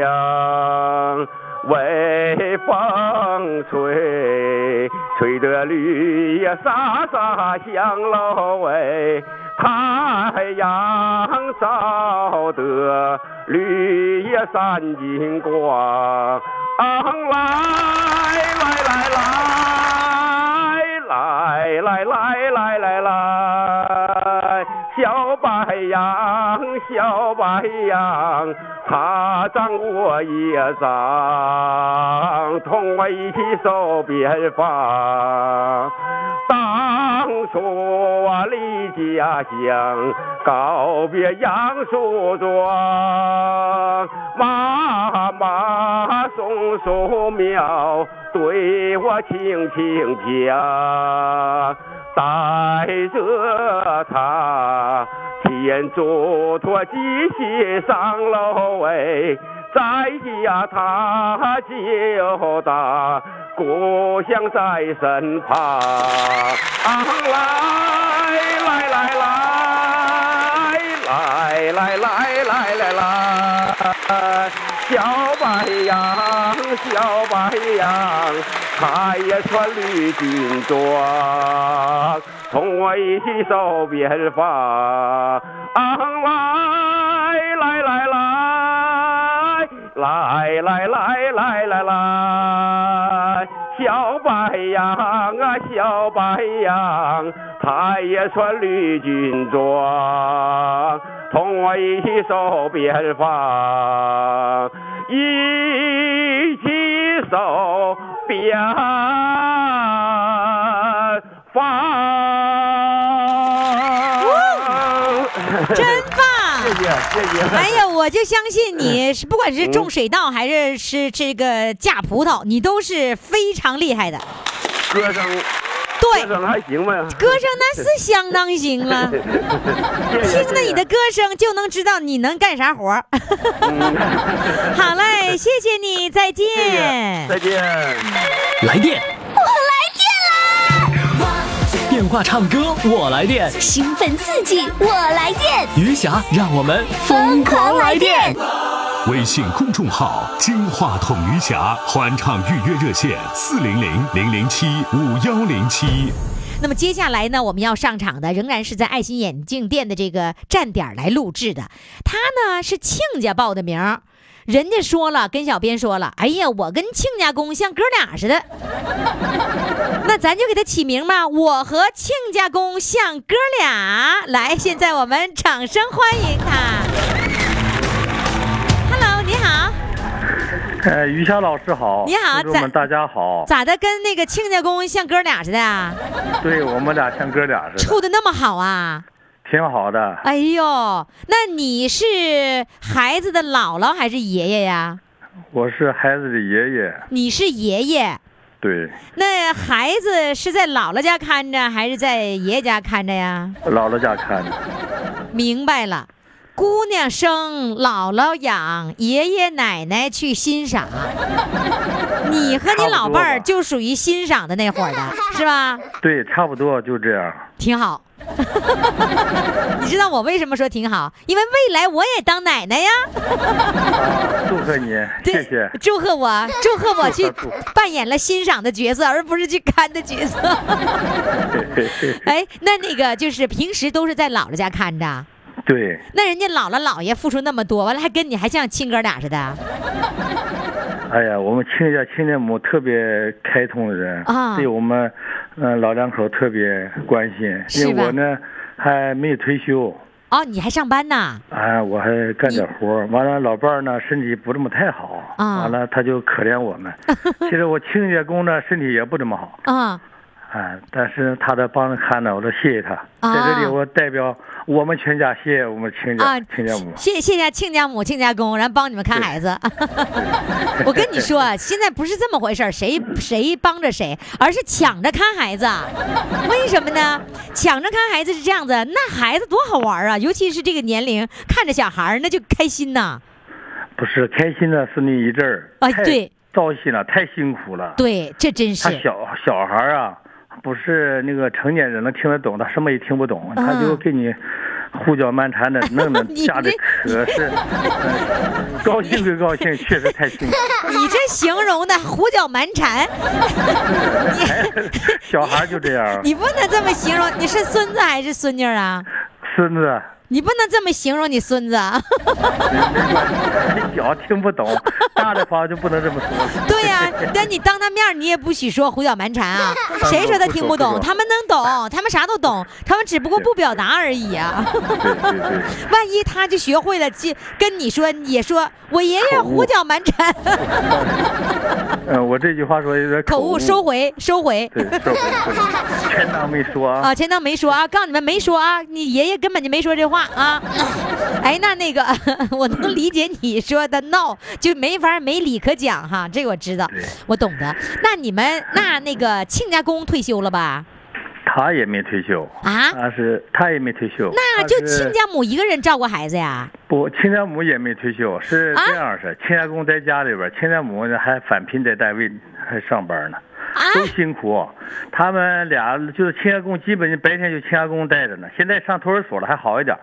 Speaker 6: 疆。微风吹，吹得绿叶沙沙响喽喂，
Speaker 7: 太阳照得绿叶闪金光，来来来来来来来来来来，小白杨小白杨，它长我也长，同我一起守边防。当初我离家乡，告别杨树庄，妈妈松树苗对我轻轻讲，带着它，天嘱托记心上楼哎。在家他就打，故乡在身旁。啊来来来来来来来来来来，小白杨小白杨，它也穿绿军装，同我一起守边防。来来来来。来来来来来来，小白杨啊小白杨，它也穿绿军装，同我一起守边防，一起守边防。
Speaker 2: 真棒！
Speaker 7: 谢谢谢谢。
Speaker 2: 哎呀，我就相信
Speaker 6: 嗯
Speaker 2: 你是，不管是种水稻还是是这个架葡萄，你都是非常厉害的。
Speaker 7: 歌声，
Speaker 2: 对
Speaker 7: 歌声还行吧？
Speaker 2: 歌声那是相当
Speaker 7: <laughs>
Speaker 2: 行了，听着你的歌声就能知道你能干啥活儿。 <laughs>
Speaker 7: <laughs>
Speaker 2: 好嘞，谢谢你，再见。
Speaker 7: 嗯谢谢，再见。
Speaker 4: 来电，电话唱歌我来电，
Speaker 8: 兴奋刺激，我来电，
Speaker 4: 余霞让我们
Speaker 8: 疯狂来电。
Speaker 3: 微信公众号“金话筒余霞”欢唱预约热线：四零零零零七五幺零七。
Speaker 2: 那么接下来呢，我们要上场的仍然是在爱心眼镜店的这个站点儿来录制的。他呢是亲家报的名儿，人家说了，跟小编说了，哎呀，我跟亲家公像哥俩似的， <laughs> 那咱就给他起名吧，我和亲家公像哥俩。来，现在我们掌声欢迎他。Hello，你好，
Speaker 9: <laughs> 呃，于霞老师好，
Speaker 2: 你好
Speaker 9: 听众们
Speaker 2: 在
Speaker 9: 大家好，
Speaker 2: 咋的？跟那个亲家公像哥俩似的啊？
Speaker 9: 对我们俩像哥俩似的，
Speaker 2: 处的那么好啊？
Speaker 9: 挺好的。
Speaker 2: 哎呦，那你是孩子的姥姥还是爷爷呀？
Speaker 9: 我是孩子的爷爷，
Speaker 2: 你是爷爷，
Speaker 9: 对，
Speaker 2: 那孩子是在姥姥家看着还是在爷爷家看着呀？
Speaker 9: 姥姥家看的，
Speaker 2: 明白了，姑娘生，姥姥养，爷爷奶奶去欣赏。你和你老伴儿就属于欣赏的那伙儿的，是吧？
Speaker 9: 对，差不多就这样。
Speaker 2: 挺好。 <laughs> 你知道我为什么说挺好？因为未来我也当奶奶呀。
Speaker 9: 祝贺你，谢
Speaker 2: 对，
Speaker 9: 谢。
Speaker 2: 祝
Speaker 9: <laughs>
Speaker 2: 贺我，祝贺我去
Speaker 9: 祝贺
Speaker 2: 扮演了欣赏的角色，而不是去看的
Speaker 9: <laughs>
Speaker 2: 角色。哎，那那个就是平时都是在姥姥家看着，
Speaker 9: 对，
Speaker 2: 那人家姥姥姥爷付出那么多，完了还跟你还像亲哥俩似的
Speaker 9: 哎呀，我们亲家亲家母特别开通的人，
Speaker 2: 啊
Speaker 9: 对我们，嗯、老两口特别关心。
Speaker 2: 是
Speaker 9: 因为
Speaker 2: 吧
Speaker 9: 我呢还没有退休，
Speaker 2: 哦，你还上班呢？
Speaker 9: 啊，我还干点活儿完了，老伴儿呢身体不怎么太好，
Speaker 2: 啊
Speaker 9: 完了他就可怜我
Speaker 2: <laughs>
Speaker 9: 们。其实我亲家公呢身体也不怎么好，
Speaker 2: 啊、
Speaker 9: 啊，但是他在帮着看呢，我都谢谢他。
Speaker 2: 啊
Speaker 9: 在这里，我代表我们全家谢谢我们亲家、
Speaker 2: 啊
Speaker 9: 亲家母。
Speaker 2: 谢谢家亲家母、亲家公，然后帮你们看孩子。 <laughs> 我跟你说，啊现在不是这么回事儿，谁谁帮着谁，而是抢着看孩子。为什么呢？抢着看孩子是这样子，那孩子多好玩啊！尤其是这个年龄，看着小孩儿那就开心呐、
Speaker 9: 不是开心的是那一阵儿，
Speaker 2: 啊
Speaker 9: 太
Speaker 2: 对，
Speaker 9: 糟心了，太辛苦了。
Speaker 2: 对，这真
Speaker 9: 他
Speaker 2: 是。
Speaker 9: 小小孩儿啊，不是那个成年人能听得懂，他什么也听不懂，他就给你胡搅蛮缠
Speaker 2: <laughs>
Speaker 9: 的，弄得
Speaker 2: 嗯你
Speaker 9: 吓得
Speaker 2: 这
Speaker 9: 可是、
Speaker 2: <laughs>
Speaker 9: 嗯高兴归高兴，确实太辛苦。
Speaker 2: 你这形容的胡搅蛮缠，
Speaker 9: 小孩儿就这样儿，
Speaker 2: 你不能这么形容。你是孙子还是孙女儿啊？
Speaker 9: <laughs> 孙子，
Speaker 2: 你不能这么形容你孙子啊！
Speaker 9: 小听不懂，大的话就不能这
Speaker 2: <laughs>
Speaker 9: 么说。
Speaker 2: 对呀、但你当他面儿你也不许说胡搅蛮缠
Speaker 9: <laughs>
Speaker 2: 啊！谁说他听不
Speaker 9: 不说不
Speaker 2: 懂？
Speaker 9: 说
Speaker 2: 他们能懂，他们啥都懂，他们只不过不表达而已啊！
Speaker 9: 对对对，
Speaker 2: <laughs> 万一他就学会了，去跟你说，也说我爷爷胡搅蛮
Speaker 9: <laughs>
Speaker 2: 缠，
Speaker 9: 嗯，我这句话说有点
Speaker 2: 口
Speaker 9: 误，
Speaker 2: 误收回，收回。
Speaker 9: 对，收回，收
Speaker 2: <laughs>
Speaker 9: 回，全当没说啊。
Speaker 2: 啊，陈当没说啊，告诉你们没说啊，你爷爷根本就没说这话啊。 <laughs> 哎，那那个 <laughs> 我能理解你说的闹，就没法儿没理可讲哈，这个我知道
Speaker 9: 对，
Speaker 2: 我懂的。那你们那那个亲家公退休了吧？
Speaker 9: 他也没退休，
Speaker 2: 啊，
Speaker 9: 他是他也没退休，
Speaker 2: 那
Speaker 9: 他
Speaker 2: 就是亲家母一个人照顾孩子呀？
Speaker 9: 不，亲家母也没退休，是
Speaker 2: 啊
Speaker 9: 这样式儿，亲家公在家里边儿，亲家母呢还返聘在单位还上班呢，
Speaker 2: 啊，
Speaker 9: 都辛苦。哦他们俩就是亲家公，基本就白天就亲家公带着呢，现在上托儿所了还好一点儿。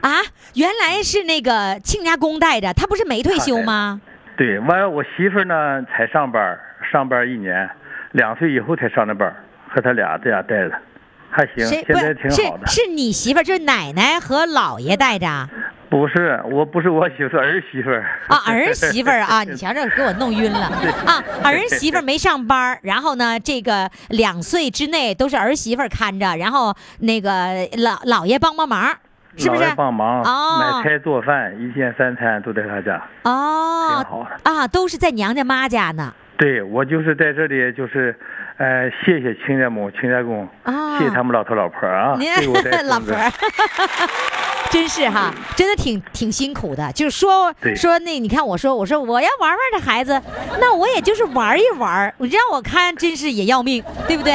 Speaker 2: 啊，原来是那个亲家公带着，他不是没退休吗？
Speaker 9: 对，完了我媳妇儿呢才上班儿，上班儿一年，两岁以后才上的班儿，和他俩在家带着，还行，
Speaker 2: 谁
Speaker 9: 现在哎挺
Speaker 2: 不是
Speaker 9: 好的。
Speaker 2: 是是你媳妇儿，就是奶奶和姥爷带
Speaker 9: <laughs>
Speaker 2: 着啊，
Speaker 9: 不是，我不是我媳妇儿，儿媳妇儿。
Speaker 2: 儿
Speaker 9: <laughs>
Speaker 2: 媳妇儿啊，你瞧这给我弄晕了啊，儿媳妇儿没上班儿，然后呢，这个两岁之内都是儿媳妇儿看着，然后那个老姥爷帮帮忙，是不
Speaker 9: 老
Speaker 2: 是
Speaker 9: 人？帮忙、
Speaker 2: 哦
Speaker 9: 买菜做饭，一天三餐都在他家，挺
Speaker 2: 哦，
Speaker 9: 好的。
Speaker 2: 啊，都是在娘家妈家呢。
Speaker 9: 对我就是在这里，就是，呃，谢谢亲家母、亲家公，
Speaker 2: 啊
Speaker 9: 谢谢他们老头老婆啊，
Speaker 2: 您
Speaker 9: 对我带
Speaker 2: <laughs> 老
Speaker 9: 孙子
Speaker 2: 婆儿，啊真是哈，真的挺挺辛苦的。就是说
Speaker 9: 对
Speaker 2: 说那，你看我说我说我要玩玩这孩子，那我也就是玩一玩，你让我看真是也要命，对不对？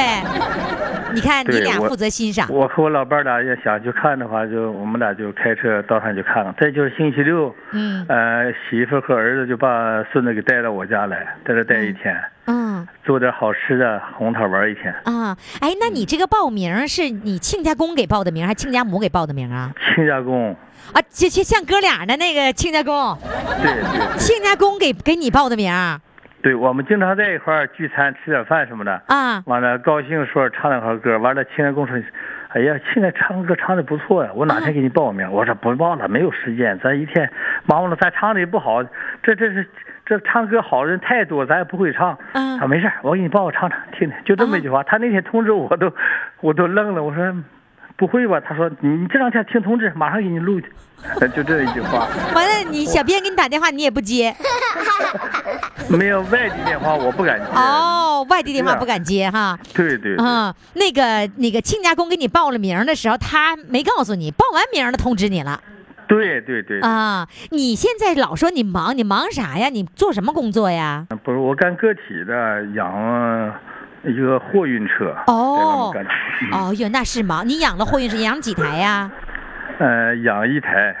Speaker 2: 你看你
Speaker 9: 对
Speaker 2: 俩
Speaker 9: 我
Speaker 2: 负责欣赏，
Speaker 9: 我和我老伴儿俩要想去看的话，就我们俩就开车到上去看了。再就是星期六，
Speaker 2: 嗯
Speaker 9: 呃，媳妇儿和儿子就把孙子给带到我家来，在这待一天，
Speaker 2: 嗯
Speaker 9: 做点好吃的，哄他玩一天。
Speaker 2: 啊，哎，那你这个报名是你亲家公给报的名，还是亲家母给报的名啊？
Speaker 9: 亲家公，
Speaker 2: 啊，这这像哥俩的那个亲家公，
Speaker 9: 对对
Speaker 2: 亲家公给给你报的名啊？
Speaker 9: 对，我们经常在一块儿聚餐，吃点饭什么的。
Speaker 2: 啊
Speaker 9: 完了，高兴说唱两行歌，完了亲家公说，哎呀，现在唱歌唱的不错呀，我哪
Speaker 2: 嗯
Speaker 9: 天给你报名？我说不报了，没有时间，咱一天忙活了，咱唱的也不好，这这是这唱歌好人太多，咱也不会唱。
Speaker 2: 嗯
Speaker 9: 啊，没事儿，我给你报个唱唱听听，就这么一句话。他那天通知我都，我都愣了，我说。不会吧？他说你你这两天听通知，马上给你录去， <laughs> 就这一句话，
Speaker 2: 完了，你小编给你打电话你也不接。
Speaker 9: 没有外地电话我不敢接。嗯
Speaker 2: 哦，外地电话不敢接哈。
Speaker 9: 对对对，
Speaker 2: 啊、那个那个亲家公给你报了名儿的时候，他没告诉你，报完名儿了通知你了
Speaker 9: 对对对，
Speaker 2: 啊、你现在老说你忙，你忙啥呀？你做什么工作呀？
Speaker 9: 不是，我干个体的，养了一个货运车，在外
Speaker 2: 哦
Speaker 9: 面干的，嗯
Speaker 2: 哦哟，那是忙。你养了货运车，养几台呀？
Speaker 9: 呃，养一台，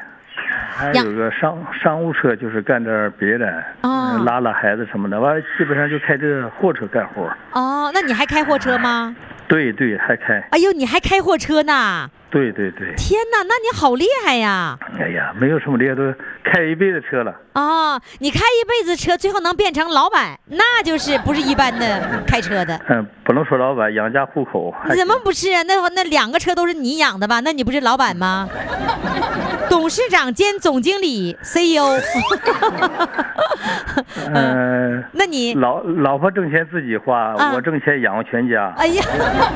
Speaker 9: 还
Speaker 2: 养
Speaker 9: 有个商商务车，就是干点别的，
Speaker 2: 哦
Speaker 9: 嗯拉拉孩子什么的，完了基本上就开这货车干活。
Speaker 2: 哦，那你还开货车吗？
Speaker 9: 对对，还开，
Speaker 2: 哎呦，你还开货车呢！
Speaker 9: 对对对，
Speaker 2: 天哪，那你好厉害呀！
Speaker 9: 哎呀，没有什么厉害，都开一辈子车了。
Speaker 2: 啊、你开一辈子车，最后能变成老板，那就是不是一般的开车的。
Speaker 9: 嗯，不能说老板养家糊口，还
Speaker 2: 你怎么不是啊？那那两个车都是你养的吧？那你不是老
Speaker 9: <laughs>
Speaker 2: 板吗？董事长兼总经理 E
Speaker 9: <laughs>
Speaker 2: CEO，
Speaker 9: 嗯、
Speaker 2: 那你
Speaker 9: 老老婆挣钱自己花，
Speaker 2: 啊
Speaker 9: 我挣钱养活全家。
Speaker 2: 哎呀，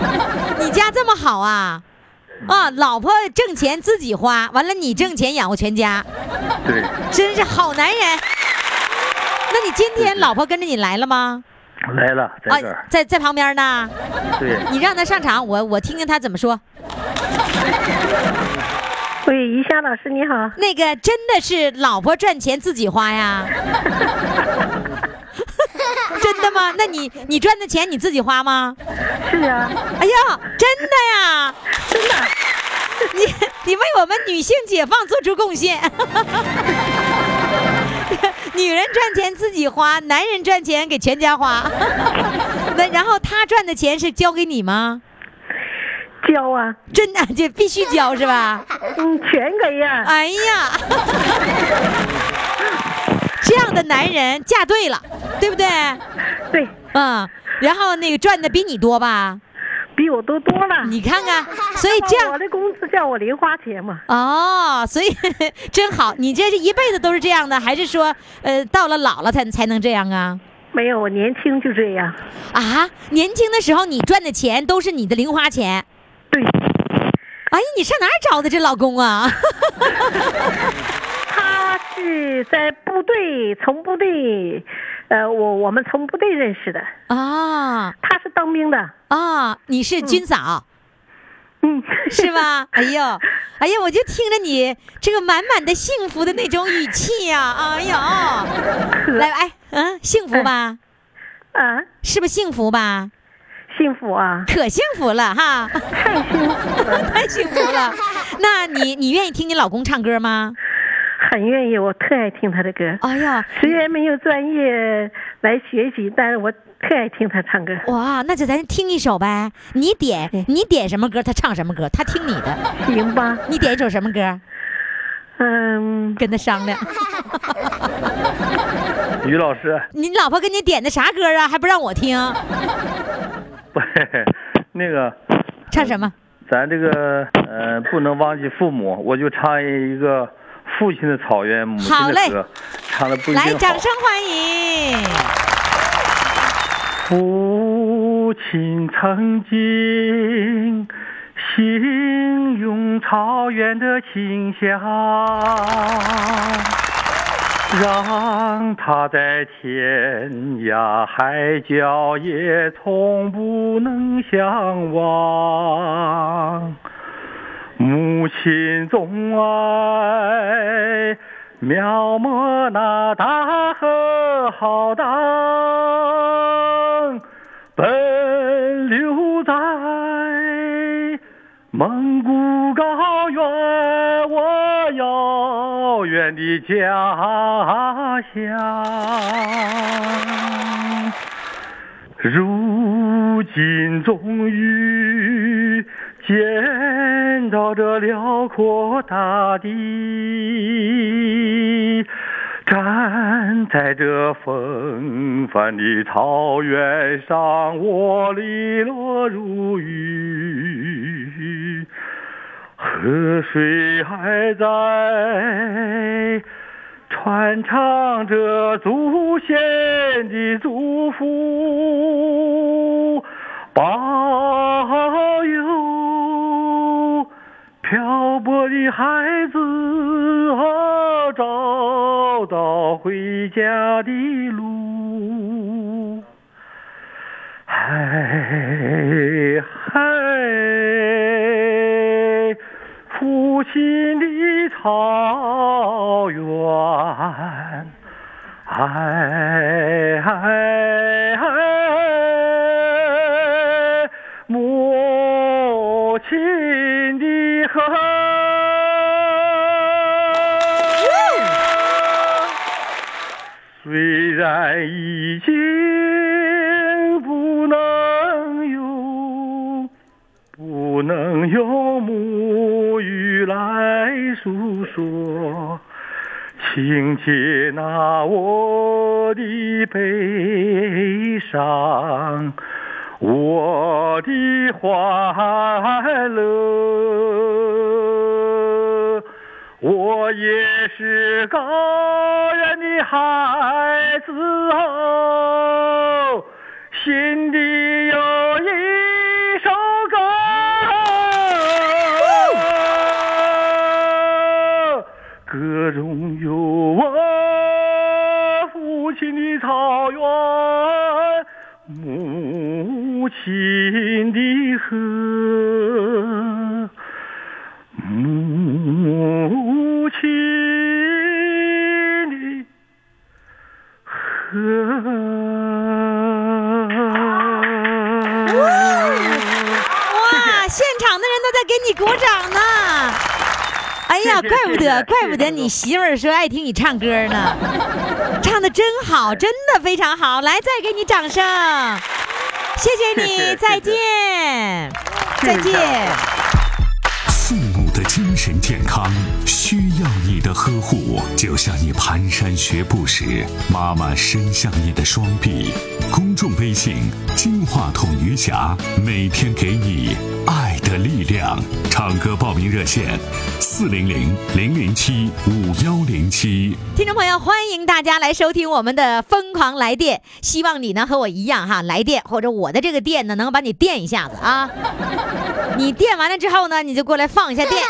Speaker 2: <laughs> 你家这么好啊？啊，老婆挣钱自己花，完了你挣钱养活全家，
Speaker 9: 对，
Speaker 2: 真是好男人。那你今天老婆跟着你来了吗？啊
Speaker 9: 来了，在这儿，
Speaker 2: 在在旁边呢。
Speaker 9: 对。
Speaker 2: 你让她上场，我我听听她怎么说。
Speaker 10: 喂，于霞老师你好，
Speaker 2: 那个真的是老婆赚钱自己花呀？真的吗？那你你赚的钱你自己花吗？
Speaker 10: 是啊，
Speaker 2: 哎呀，真的呀，真的， <laughs> 你你为我们女性解放做出贡献。 <laughs> 女人赚钱自己花，男人赚钱给全家花。 <laughs> 那然后他赚的钱是交给你吗？
Speaker 10: 交啊，
Speaker 2: 真的就必须交是吧？
Speaker 10: 嗯，全给呀、
Speaker 2: 哎呀，这样的男人嫁对了，对不对？
Speaker 10: 对，
Speaker 2: 嗯，然后那个赚的比你多吧？
Speaker 11: 比我都多 <laughs> 了。
Speaker 2: 你看看，所以这
Speaker 11: 那 <laughs> 我
Speaker 2: 样
Speaker 11: 的工资叫我零花钱嘛，
Speaker 2: 哦，所以 <laughs> 真好。你这是一辈子都是这样的，还是说呃到了老了才才能这样啊？
Speaker 11: 没有，我年轻就这样。
Speaker 2: 啊，年轻的时候你赚的钱都是你的零花钱。
Speaker 11: 对，
Speaker 2: 哎呀，你上哪儿找的这老公啊？ <laughs>
Speaker 11: 他是在部队，从部队，呃，我我们从部队认识的，
Speaker 2: 啊
Speaker 11: 他是当兵的，
Speaker 2: 啊，你是军嫂、
Speaker 11: 嗯，
Speaker 2: 是吧？哎呦，哎呀，我就听着你这个满满的幸福的那种语气呀、哎呦，来，哎，嗯，幸福吧？
Speaker 11: <laughs> 啊，
Speaker 2: 是不是幸福吧？
Speaker 11: 幸福啊，
Speaker 2: 可幸福了哈，
Speaker 11: 太幸福了，
Speaker 2: <laughs> 太幸福了。那你你愿意听你老公唱歌吗？
Speaker 11: 很愿意，我特爱听他的歌。
Speaker 2: 哎呀，
Speaker 11: 虽然没有专业来学习，但是我特爱听他唱歌。
Speaker 2: 哇，那就咱听一首呗。你点你点什么歌，他唱什么歌，他听你的。
Speaker 11: 行吧，
Speaker 2: 你点一首什么歌，
Speaker 11: 嗯，
Speaker 2: 跟他商量。
Speaker 12: 于老师，
Speaker 2: 你老婆给你点的啥歌啊？还不让我听，
Speaker 12: 不， <laughs> 那个
Speaker 2: 唱什么？
Speaker 12: 咱这个呃不能忘记父母，我就唱一个父亲的草原，母亲
Speaker 2: 好嘞
Speaker 12: 的歌，唱的不一定好。
Speaker 2: 来，掌声欢迎！
Speaker 12: 父亲曾经形容草原的清香，让他在天涯海角也从不能相忘。母亲总爱描摹那大河浩荡，奔流在蒙古高原，我遥远的家乡。如今终于见到这辽阔大地，站在这纷繁的草原上，我利落如鱼，河水还在。传唱着祖先的祝福，保佑漂泊的孩子啊找到回家的路。嗨嗨，父亲的草原，哎哎哎，母亲的河。虽然已经不能用，不能用母语来诉说，请接纳我的悲伤，我的欢乐。我也是高原的孩子哦，心底有一首歌。歌中有我父亲的草原，母亲的河，母亲的河。
Speaker 2: 哇，现场的人都在给你鼓掌呢。哎呀，
Speaker 12: 谢谢
Speaker 2: 怪不
Speaker 12: 谢
Speaker 2: 得，
Speaker 12: 谢
Speaker 2: 怪不
Speaker 12: 谢
Speaker 2: 得
Speaker 12: 谢
Speaker 2: 你媳妇儿说爱听你唱歌呢，唱的真好，真的非常好。来，再给你掌声，谢谢
Speaker 12: 谢谢
Speaker 2: 你，
Speaker 12: 谢
Speaker 2: 再
Speaker 12: 谢
Speaker 2: 见，再
Speaker 12: 谢谢
Speaker 2: 见。
Speaker 3: 父母的精神健康需要你的呵护，就像你蹒跚学步时，妈妈伸向你的双臂。公众微信“金话筒余霞”，每天给你爱的力量。唱歌报名热线：四零零零零七五幺零七。
Speaker 2: 听众朋友，欢迎大家来收听我们的《疯狂来电》，希望你呢和我一样哈，来电或者我的这个电呢，能够把你电一下子啊。 <laughs> 你电完了之后呢，你就过来放一下电。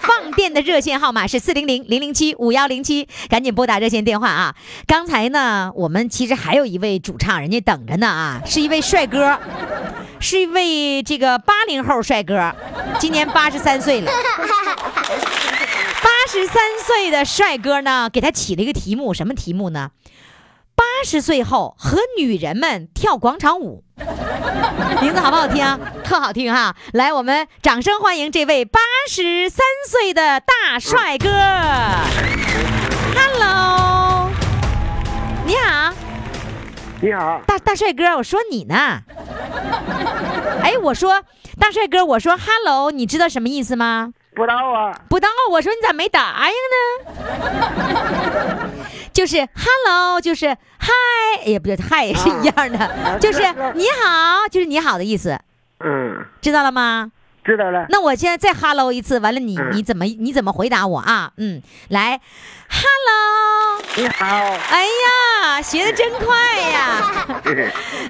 Speaker 2: 放电的热线号码是四零零零零七五幺零七，赶紧拨打热线电话啊。刚才呢，我们其实还有一位主唱，人家等着呢啊，是一位帅哥，是一位这个八零后帅哥，今年八十三岁了。八十三岁的帅哥呢，给他起了一个题目，什么题目呢？八十岁后和女人们跳广场舞， <laughs> 名字好不好听啊？特好听哈！来，我们掌声欢迎这位八十三岁的大帅哥。Hello，你好，
Speaker 13: 你好，
Speaker 2: 大大帅哥，我说你呢。哎，我说大帅哥，我说 Hello，你知道什么意思吗？
Speaker 13: 不知道啊，
Speaker 2: 不到，我说你咋没答应呢？ <laughs> 就是 hello，就是嗨，也不对，嗨也
Speaker 13: 啊
Speaker 2: 是一样
Speaker 13: <laughs>
Speaker 2: 的，就是你好，就是你好的意思，
Speaker 13: 嗯，
Speaker 2: 知道了吗？
Speaker 13: 知道了，
Speaker 2: 那我现在再 hello 一次，完了你
Speaker 13: 嗯
Speaker 2: 你怎么你怎么回答我啊？嗯，来，hello，
Speaker 13: 你好，
Speaker 2: 哎呀，学的真快
Speaker 13: <laughs>
Speaker 2: 呀！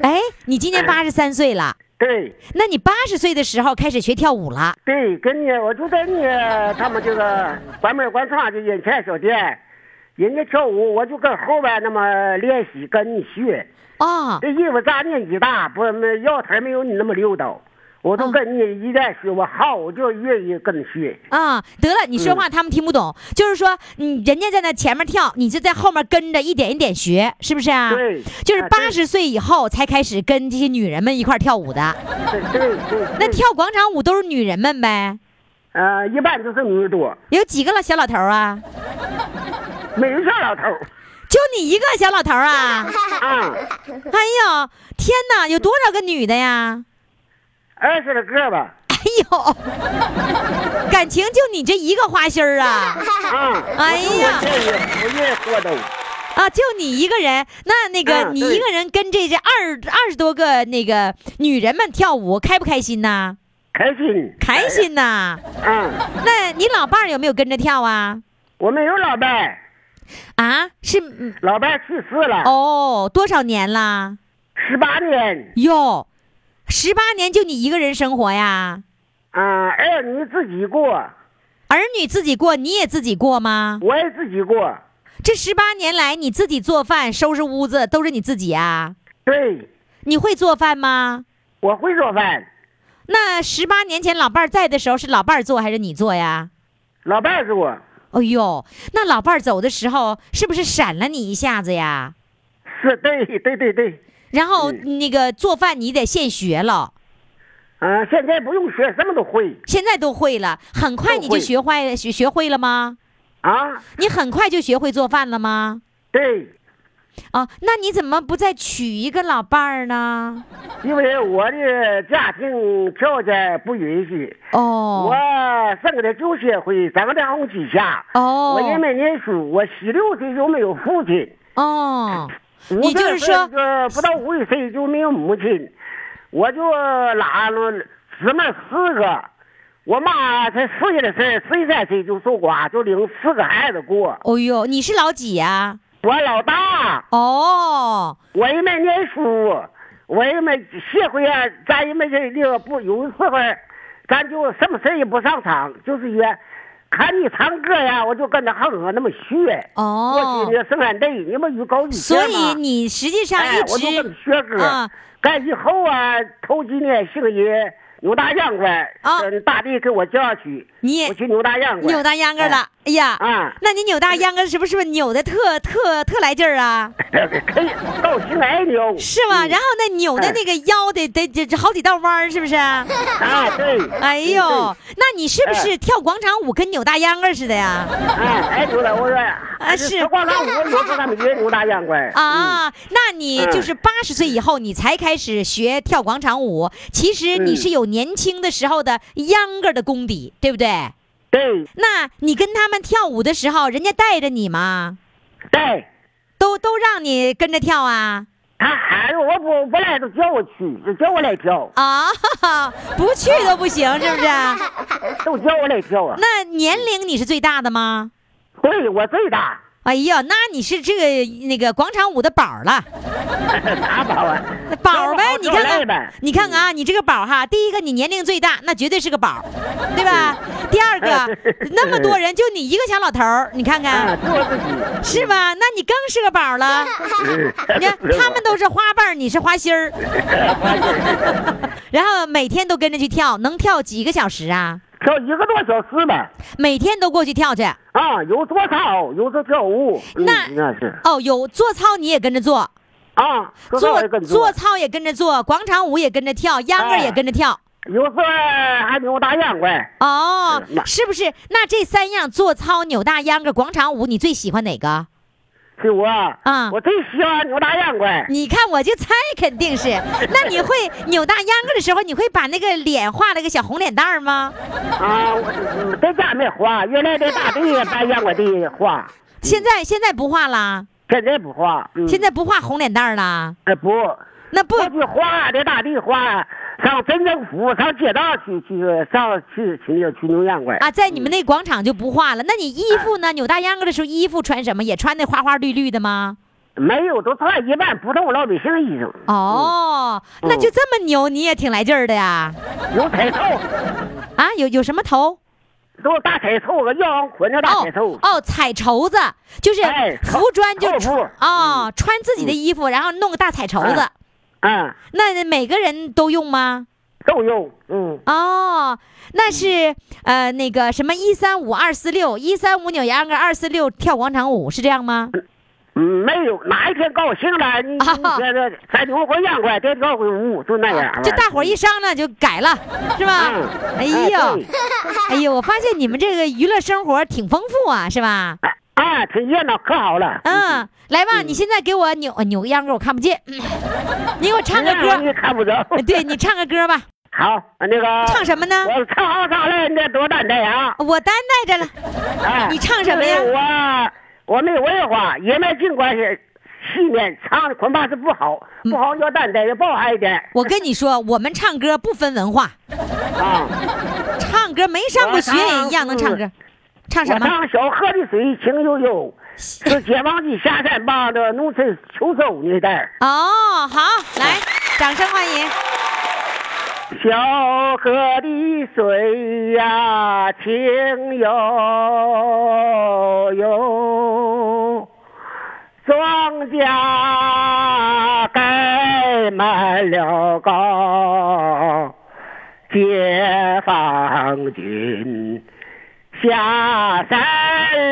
Speaker 2: 哎，你今年八十三岁了，
Speaker 13: 对
Speaker 2: 那你八十岁的时候开始学跳舞了？
Speaker 13: 对，跟你我就跟你他们这个关门关窗就眼前小店，人家跳舞我就跟后边那么练习跟你学，
Speaker 2: 哦，
Speaker 13: 这因为咱年纪大，不没腰腿没有你那么溜达，我
Speaker 2: 嗯
Speaker 13: 都跟你一再学，我好我就愿意跟你学，
Speaker 2: 啊，得了，你说
Speaker 13: 嗯
Speaker 2: 话他们听不懂，就是说，嗯，人家在那前面跳，你就在后面跟着一点一点学，是不是啊？
Speaker 13: 对
Speaker 2: 就是
Speaker 13: 啊对
Speaker 2: 八十岁以后才开始跟这些女人们一块儿跳舞的，
Speaker 13: 对对对，
Speaker 2: 那跳广场舞都是女人们呗？
Speaker 13: 呃一般都是女的多，
Speaker 2: 有几个老小老头儿啊？
Speaker 13: 没有小老头儿
Speaker 2: 就你一个小老头儿啊？
Speaker 13: 啊，
Speaker 2: 哎呦，天哪，有多少个女的呀？
Speaker 13: 二十来个吧，
Speaker 2: 哎呦，感情就你这一个花心儿啊！
Speaker 13: 啊，
Speaker 2: 哎呀
Speaker 13: 我就我愿意我愿意活动。
Speaker 2: 啊，就你一个人，那那个、
Speaker 13: 嗯
Speaker 2: 你
Speaker 13: 对
Speaker 2: 一个人跟这这二二十多个那个女人们跳舞，开不开心呐？
Speaker 13: 开心，
Speaker 2: 开心呐！
Speaker 13: 嗯，
Speaker 2: 那你老伴儿有没有跟着跳啊？
Speaker 13: 我们有老伴，
Speaker 2: 啊，是嗯
Speaker 13: 老伴去世了，
Speaker 2: 哦，多少年啦？
Speaker 13: 十八年，
Speaker 2: 哟，十八年就你一个人生活呀？
Speaker 13: 啊，儿女自己过，
Speaker 2: 儿女自己过，你也自己过吗？
Speaker 13: 我也自己过，
Speaker 2: 这十八年来，你自己做饭、收拾屋子都是你自己啊？
Speaker 13: 对，
Speaker 2: 你会做饭吗？
Speaker 13: 我会做饭，
Speaker 2: 那十八年前老伴儿在的时候，是老伴儿做还是你做呀？
Speaker 13: 老伴做，
Speaker 2: 哎呦，那老伴儿走的时候是不是闪了你一下子呀？
Speaker 13: 是对，对对对，
Speaker 2: 然后那个做饭你得现学了，
Speaker 13: 啊，现在不用学，什么都会
Speaker 2: 现在都会了，很快你就学会学学会了吗？
Speaker 13: 啊，
Speaker 2: 你很快就学会做饭了吗？
Speaker 13: 对，
Speaker 2: 啊，那你怎么不再娶一个老伴儿呢？
Speaker 13: 因为我的家庭条件不允许，
Speaker 2: 哦
Speaker 13: 我生的就学会长在红旗下，
Speaker 2: 哦
Speaker 13: 我也没念书，我十六岁就没有父亲。
Speaker 2: 哦，
Speaker 13: 五
Speaker 2: 你就是
Speaker 13: 岁
Speaker 2: 说
Speaker 13: 呃不到五十岁就没有母亲，我就拉了姊妹四个，我妈才四岁的事儿，十三岁就守寡，就领四个孩子过。
Speaker 2: 哦呦，你是老几呀、
Speaker 13: 我老大，
Speaker 2: 哦，
Speaker 13: 我也没念书，我也没社会啊，咱也没这那个不有时候，咱就什么事儿也不上场，就是也看你唱歌呀，我就跟着哼哼那么学。
Speaker 2: 哦
Speaker 13: 我去那生产队，你们有高一
Speaker 2: 所
Speaker 13: 线吗
Speaker 2: 以你实际上
Speaker 13: 哎，
Speaker 2: 一
Speaker 13: 我就
Speaker 2: 直
Speaker 13: 跟学哥，
Speaker 2: 啊
Speaker 13: 干以后啊，头几年姓爷牛大秧歌，
Speaker 2: 啊
Speaker 13: 嗯大弟给我叫去，
Speaker 2: 你也
Speaker 13: 我去牛大秧歌，
Speaker 2: 扭大秧歌儿了，哎呀，
Speaker 13: 啊
Speaker 2: <laughs> 那你扭大秧歌儿是不是扭的特 <laughs> 特特来劲儿
Speaker 13: <laughs>
Speaker 2: 啊？
Speaker 13: 哎，可以高兴爱牛，
Speaker 2: 是吗？然后那扭的那个腰得得得好几道弯
Speaker 13: <laughs>
Speaker 2: 儿，是不是啊？
Speaker 13: 啊，对，
Speaker 2: 哎呦，
Speaker 13: 嗯
Speaker 2: 那你是不是跳广场舞跟扭大秧歌儿似的呀？
Speaker 13: 对，哎，哎，牛大，我说，啊
Speaker 2: 是
Speaker 13: 光让我我跟他们学牛大秧歌，
Speaker 2: 啊，那你
Speaker 13: 嗯
Speaker 2: 就是八十岁以后你才开始学跳广场舞，其实你
Speaker 13: 嗯
Speaker 2: 是有年轻的时候的秧歌儿的功底，对不对？
Speaker 13: 嗯对
Speaker 2: 那你跟他们跳舞的时候，人家带着你吗？
Speaker 13: 对，
Speaker 2: 都都让你跟着跳啊？
Speaker 13: 他喊着我不不来都叫我去，叫我来跳，
Speaker 2: 啊， <laughs> 不去都不行，是不是？
Speaker 13: 都叫我来跳啊。
Speaker 2: 那年龄你是最大的吗？
Speaker 13: 对我最大， <laughs>
Speaker 2: 哎呀，那你是这个那个广场舞的宝儿了，
Speaker 13: 啥宝啊？
Speaker 2: 宝儿呗？你
Speaker 13: 叫
Speaker 2: 看
Speaker 13: 我来
Speaker 2: 看
Speaker 13: 呗，嗯
Speaker 2: 你看看啊，你这个宝儿哈，第一个你年龄最大，那绝对是个宝儿，对吧？
Speaker 13: 嗯
Speaker 2: 第二个
Speaker 13: <laughs>
Speaker 2: 那么多人，就你一个小老头儿，你看
Speaker 13: 啊，
Speaker 2: 看
Speaker 13: 就我自己。
Speaker 2: 是吧？那你更是个宝
Speaker 13: <laughs>
Speaker 2: 儿了。你看他们都是花瓣儿，你是花
Speaker 13: <laughs>
Speaker 2: 心儿，然后每天都跟着去跳，能跳几个小时啊？
Speaker 13: 跳一个多小时呗，
Speaker 2: 每天都过去跳去。
Speaker 13: 啊，有做操，有做跳舞，
Speaker 2: 那
Speaker 13: 嗯那是
Speaker 2: 哦，有做操你也跟着做，
Speaker 13: 啊，做操也
Speaker 2: 做哎
Speaker 13: 跟你
Speaker 2: 做操也跟着做，广场舞也跟着跳，秧歌儿也跟着跳。
Speaker 13: 有时候还扭大秧歌，
Speaker 2: 哦
Speaker 13: 是，那
Speaker 2: 是不是？那这三样做操、扭大秧歌、广场舞，你最喜欢哪个？
Speaker 13: 是我
Speaker 2: 啊
Speaker 13: 我最喜欢扭大秧歌，
Speaker 2: 你看，我就猜肯定 <laughs> 是。那你会扭大秧歌的时候，你会把那个脸画了个小红脸蛋儿吗？
Speaker 13: 啊，我嗯在家没花，原来在大地把秧歌地花，
Speaker 2: 现在现在不画啦，
Speaker 13: 现在不花，嗯、
Speaker 2: 现在不画红脸蛋儿啦。
Speaker 13: 哎不，
Speaker 2: 那不
Speaker 13: 我去花在大地花，上镇政府上街道去去上去去去去扭秧歌
Speaker 2: 啊，在你们那广场就不画了。那你衣服呢？扭大秧歌的时候，衣服穿什么？也穿那花花绿绿的吗？
Speaker 13: 没有，都穿一般普通老百姓衣裳。
Speaker 2: 哦，那就这么牛，你也挺来劲儿的呀！
Speaker 13: 有
Speaker 2: <laughs>
Speaker 13: 彩绸，
Speaker 2: 啊，有有什么头？
Speaker 13: 都大彩绸，个腰捆着大
Speaker 2: 哦
Speaker 13: 彩绸。
Speaker 2: 哦，彩绸子就是
Speaker 13: 哎
Speaker 2: 服装就
Speaker 13: 扣扣
Speaker 2: 穿
Speaker 13: 布
Speaker 2: 哦，穿自己的衣服，然后弄个大彩绸子
Speaker 13: 嗯哎。嗯，
Speaker 2: 那每个人都用吗？
Speaker 13: 都有，嗯，
Speaker 2: 哦，那是呃那个什么一三五二四六一三五扭秧歌二四六跳广场舞是这样吗？
Speaker 13: 嗯，没有，哪一天高兴了，你你
Speaker 2: 啊
Speaker 13: 觉得咱扭回秧歌，再跳回舞，就那样。
Speaker 2: 就大伙儿一商量就改了，是吧
Speaker 13: 嗯？
Speaker 2: 哎
Speaker 13: 哎
Speaker 2: 呦
Speaker 13: 对，
Speaker 2: 哎呦，我发现你们这个娱乐生活挺丰富啊，是吧？
Speaker 13: 哎哎，挺热闹，可好了。
Speaker 2: 嗯，来吧，你现在给我扭呃扭个秧歌，我看不见。嗯你给我唱个
Speaker 13: 让
Speaker 2: 歌，
Speaker 13: 你看不着。
Speaker 2: <laughs> 对你唱个歌吧，
Speaker 13: 好，那个
Speaker 2: 唱什么
Speaker 13: <laughs>
Speaker 2: 呢？
Speaker 13: 我唱好唱来，你得多担待啊！
Speaker 2: 我担待着了。
Speaker 13: 哎，
Speaker 2: 你唱什么呀
Speaker 13: 因为我我没文化，也没尽管是戏念唱的恐怕是不好，
Speaker 2: 嗯
Speaker 13: 不好要担待，要包含一点
Speaker 2: 我跟你说，我们唱歌不分文化，
Speaker 13: 啊。
Speaker 2: 唱歌没上过学也一样能唱歌。唱什
Speaker 13: 我
Speaker 2: 么？
Speaker 13: 上小河的水情悠悠，是解放军下山帮的农村秋收那带儿。
Speaker 2: 哦，好，来，掌声欢迎。
Speaker 13: 小河的水呀，情悠悠，庄稼盖满了高，解放军下山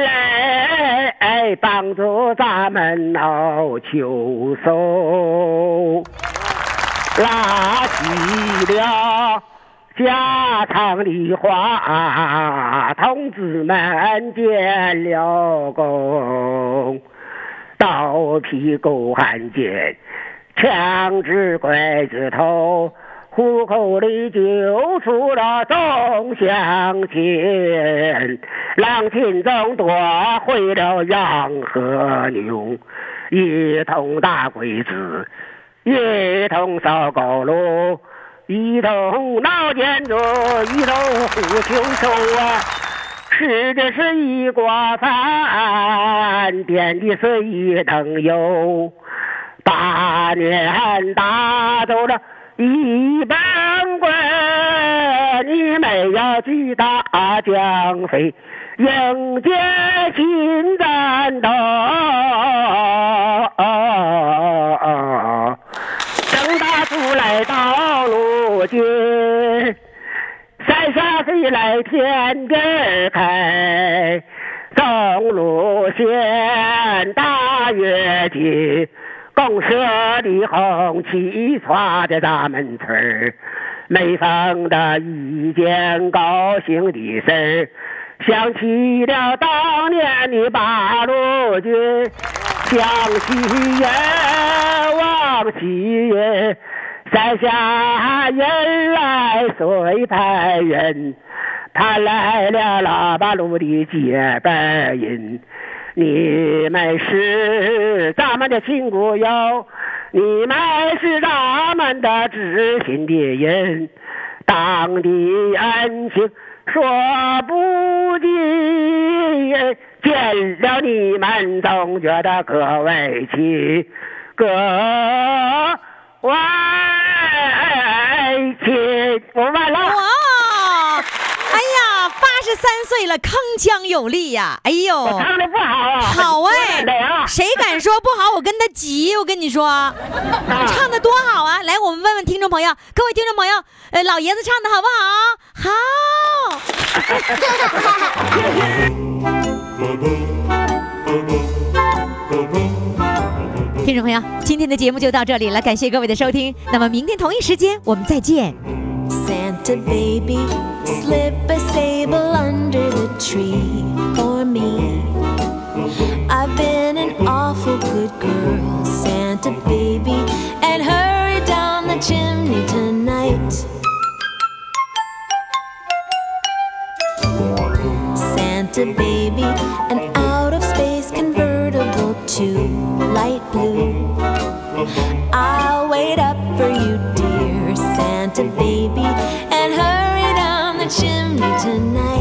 Speaker 13: 来，哎帮助咱们闹秋收。拉起了家常的话，同志们见了功，刀劈狗汉奸，枪支拐子头，虎口里救出了众乡亲，狼群中夺回了羊和牛，一同大鬼子。一同烧高炉，一同闹建筑，一同虎秋收啊！吃的是一锅饭，点的是一灯油，八年打走了一帮官，你们要去打江北，迎接新战斗。郑大叔来到如今，三峡水来天根开，中路线大跃进，公社的红旗刷在咱们村儿，每逢的一件高兴的事儿，想起了当年的八路军。想起人，忘起人，山下人来水拍人，他来了喇叭路的接班人。你们是咱们的亲骨友，你们是咱们的知心的人，党的恩情说不尽。见了你们总觉得格外亲，格外亲。我完了。
Speaker 2: 哇！哎呀，八十三岁了，铿锵有力呀、哎呦，我
Speaker 13: 唱的不好啊，
Speaker 2: 好
Speaker 13: 我懒
Speaker 2: 哎，谁敢说不好？我跟他急，我跟你说，
Speaker 13: 啊
Speaker 2: 唱的多好啊！来，我们问问听众朋友，各位听众朋友，呃，老爷子唱的好不好？好。 <laughs> 听众朋友，今天的节目就到这里了，感谢各位的收听。那么明天同一时间我们再见。
Speaker 14: Santa baby, slip a sable under the tree for me. I've been an awful good girl, Santa baby, and hurry down the chimney tonight. Santa baby, an out of space convertible to light blue. I'll wait up for you, dear Santa baby, and hurry down the chimney tonight.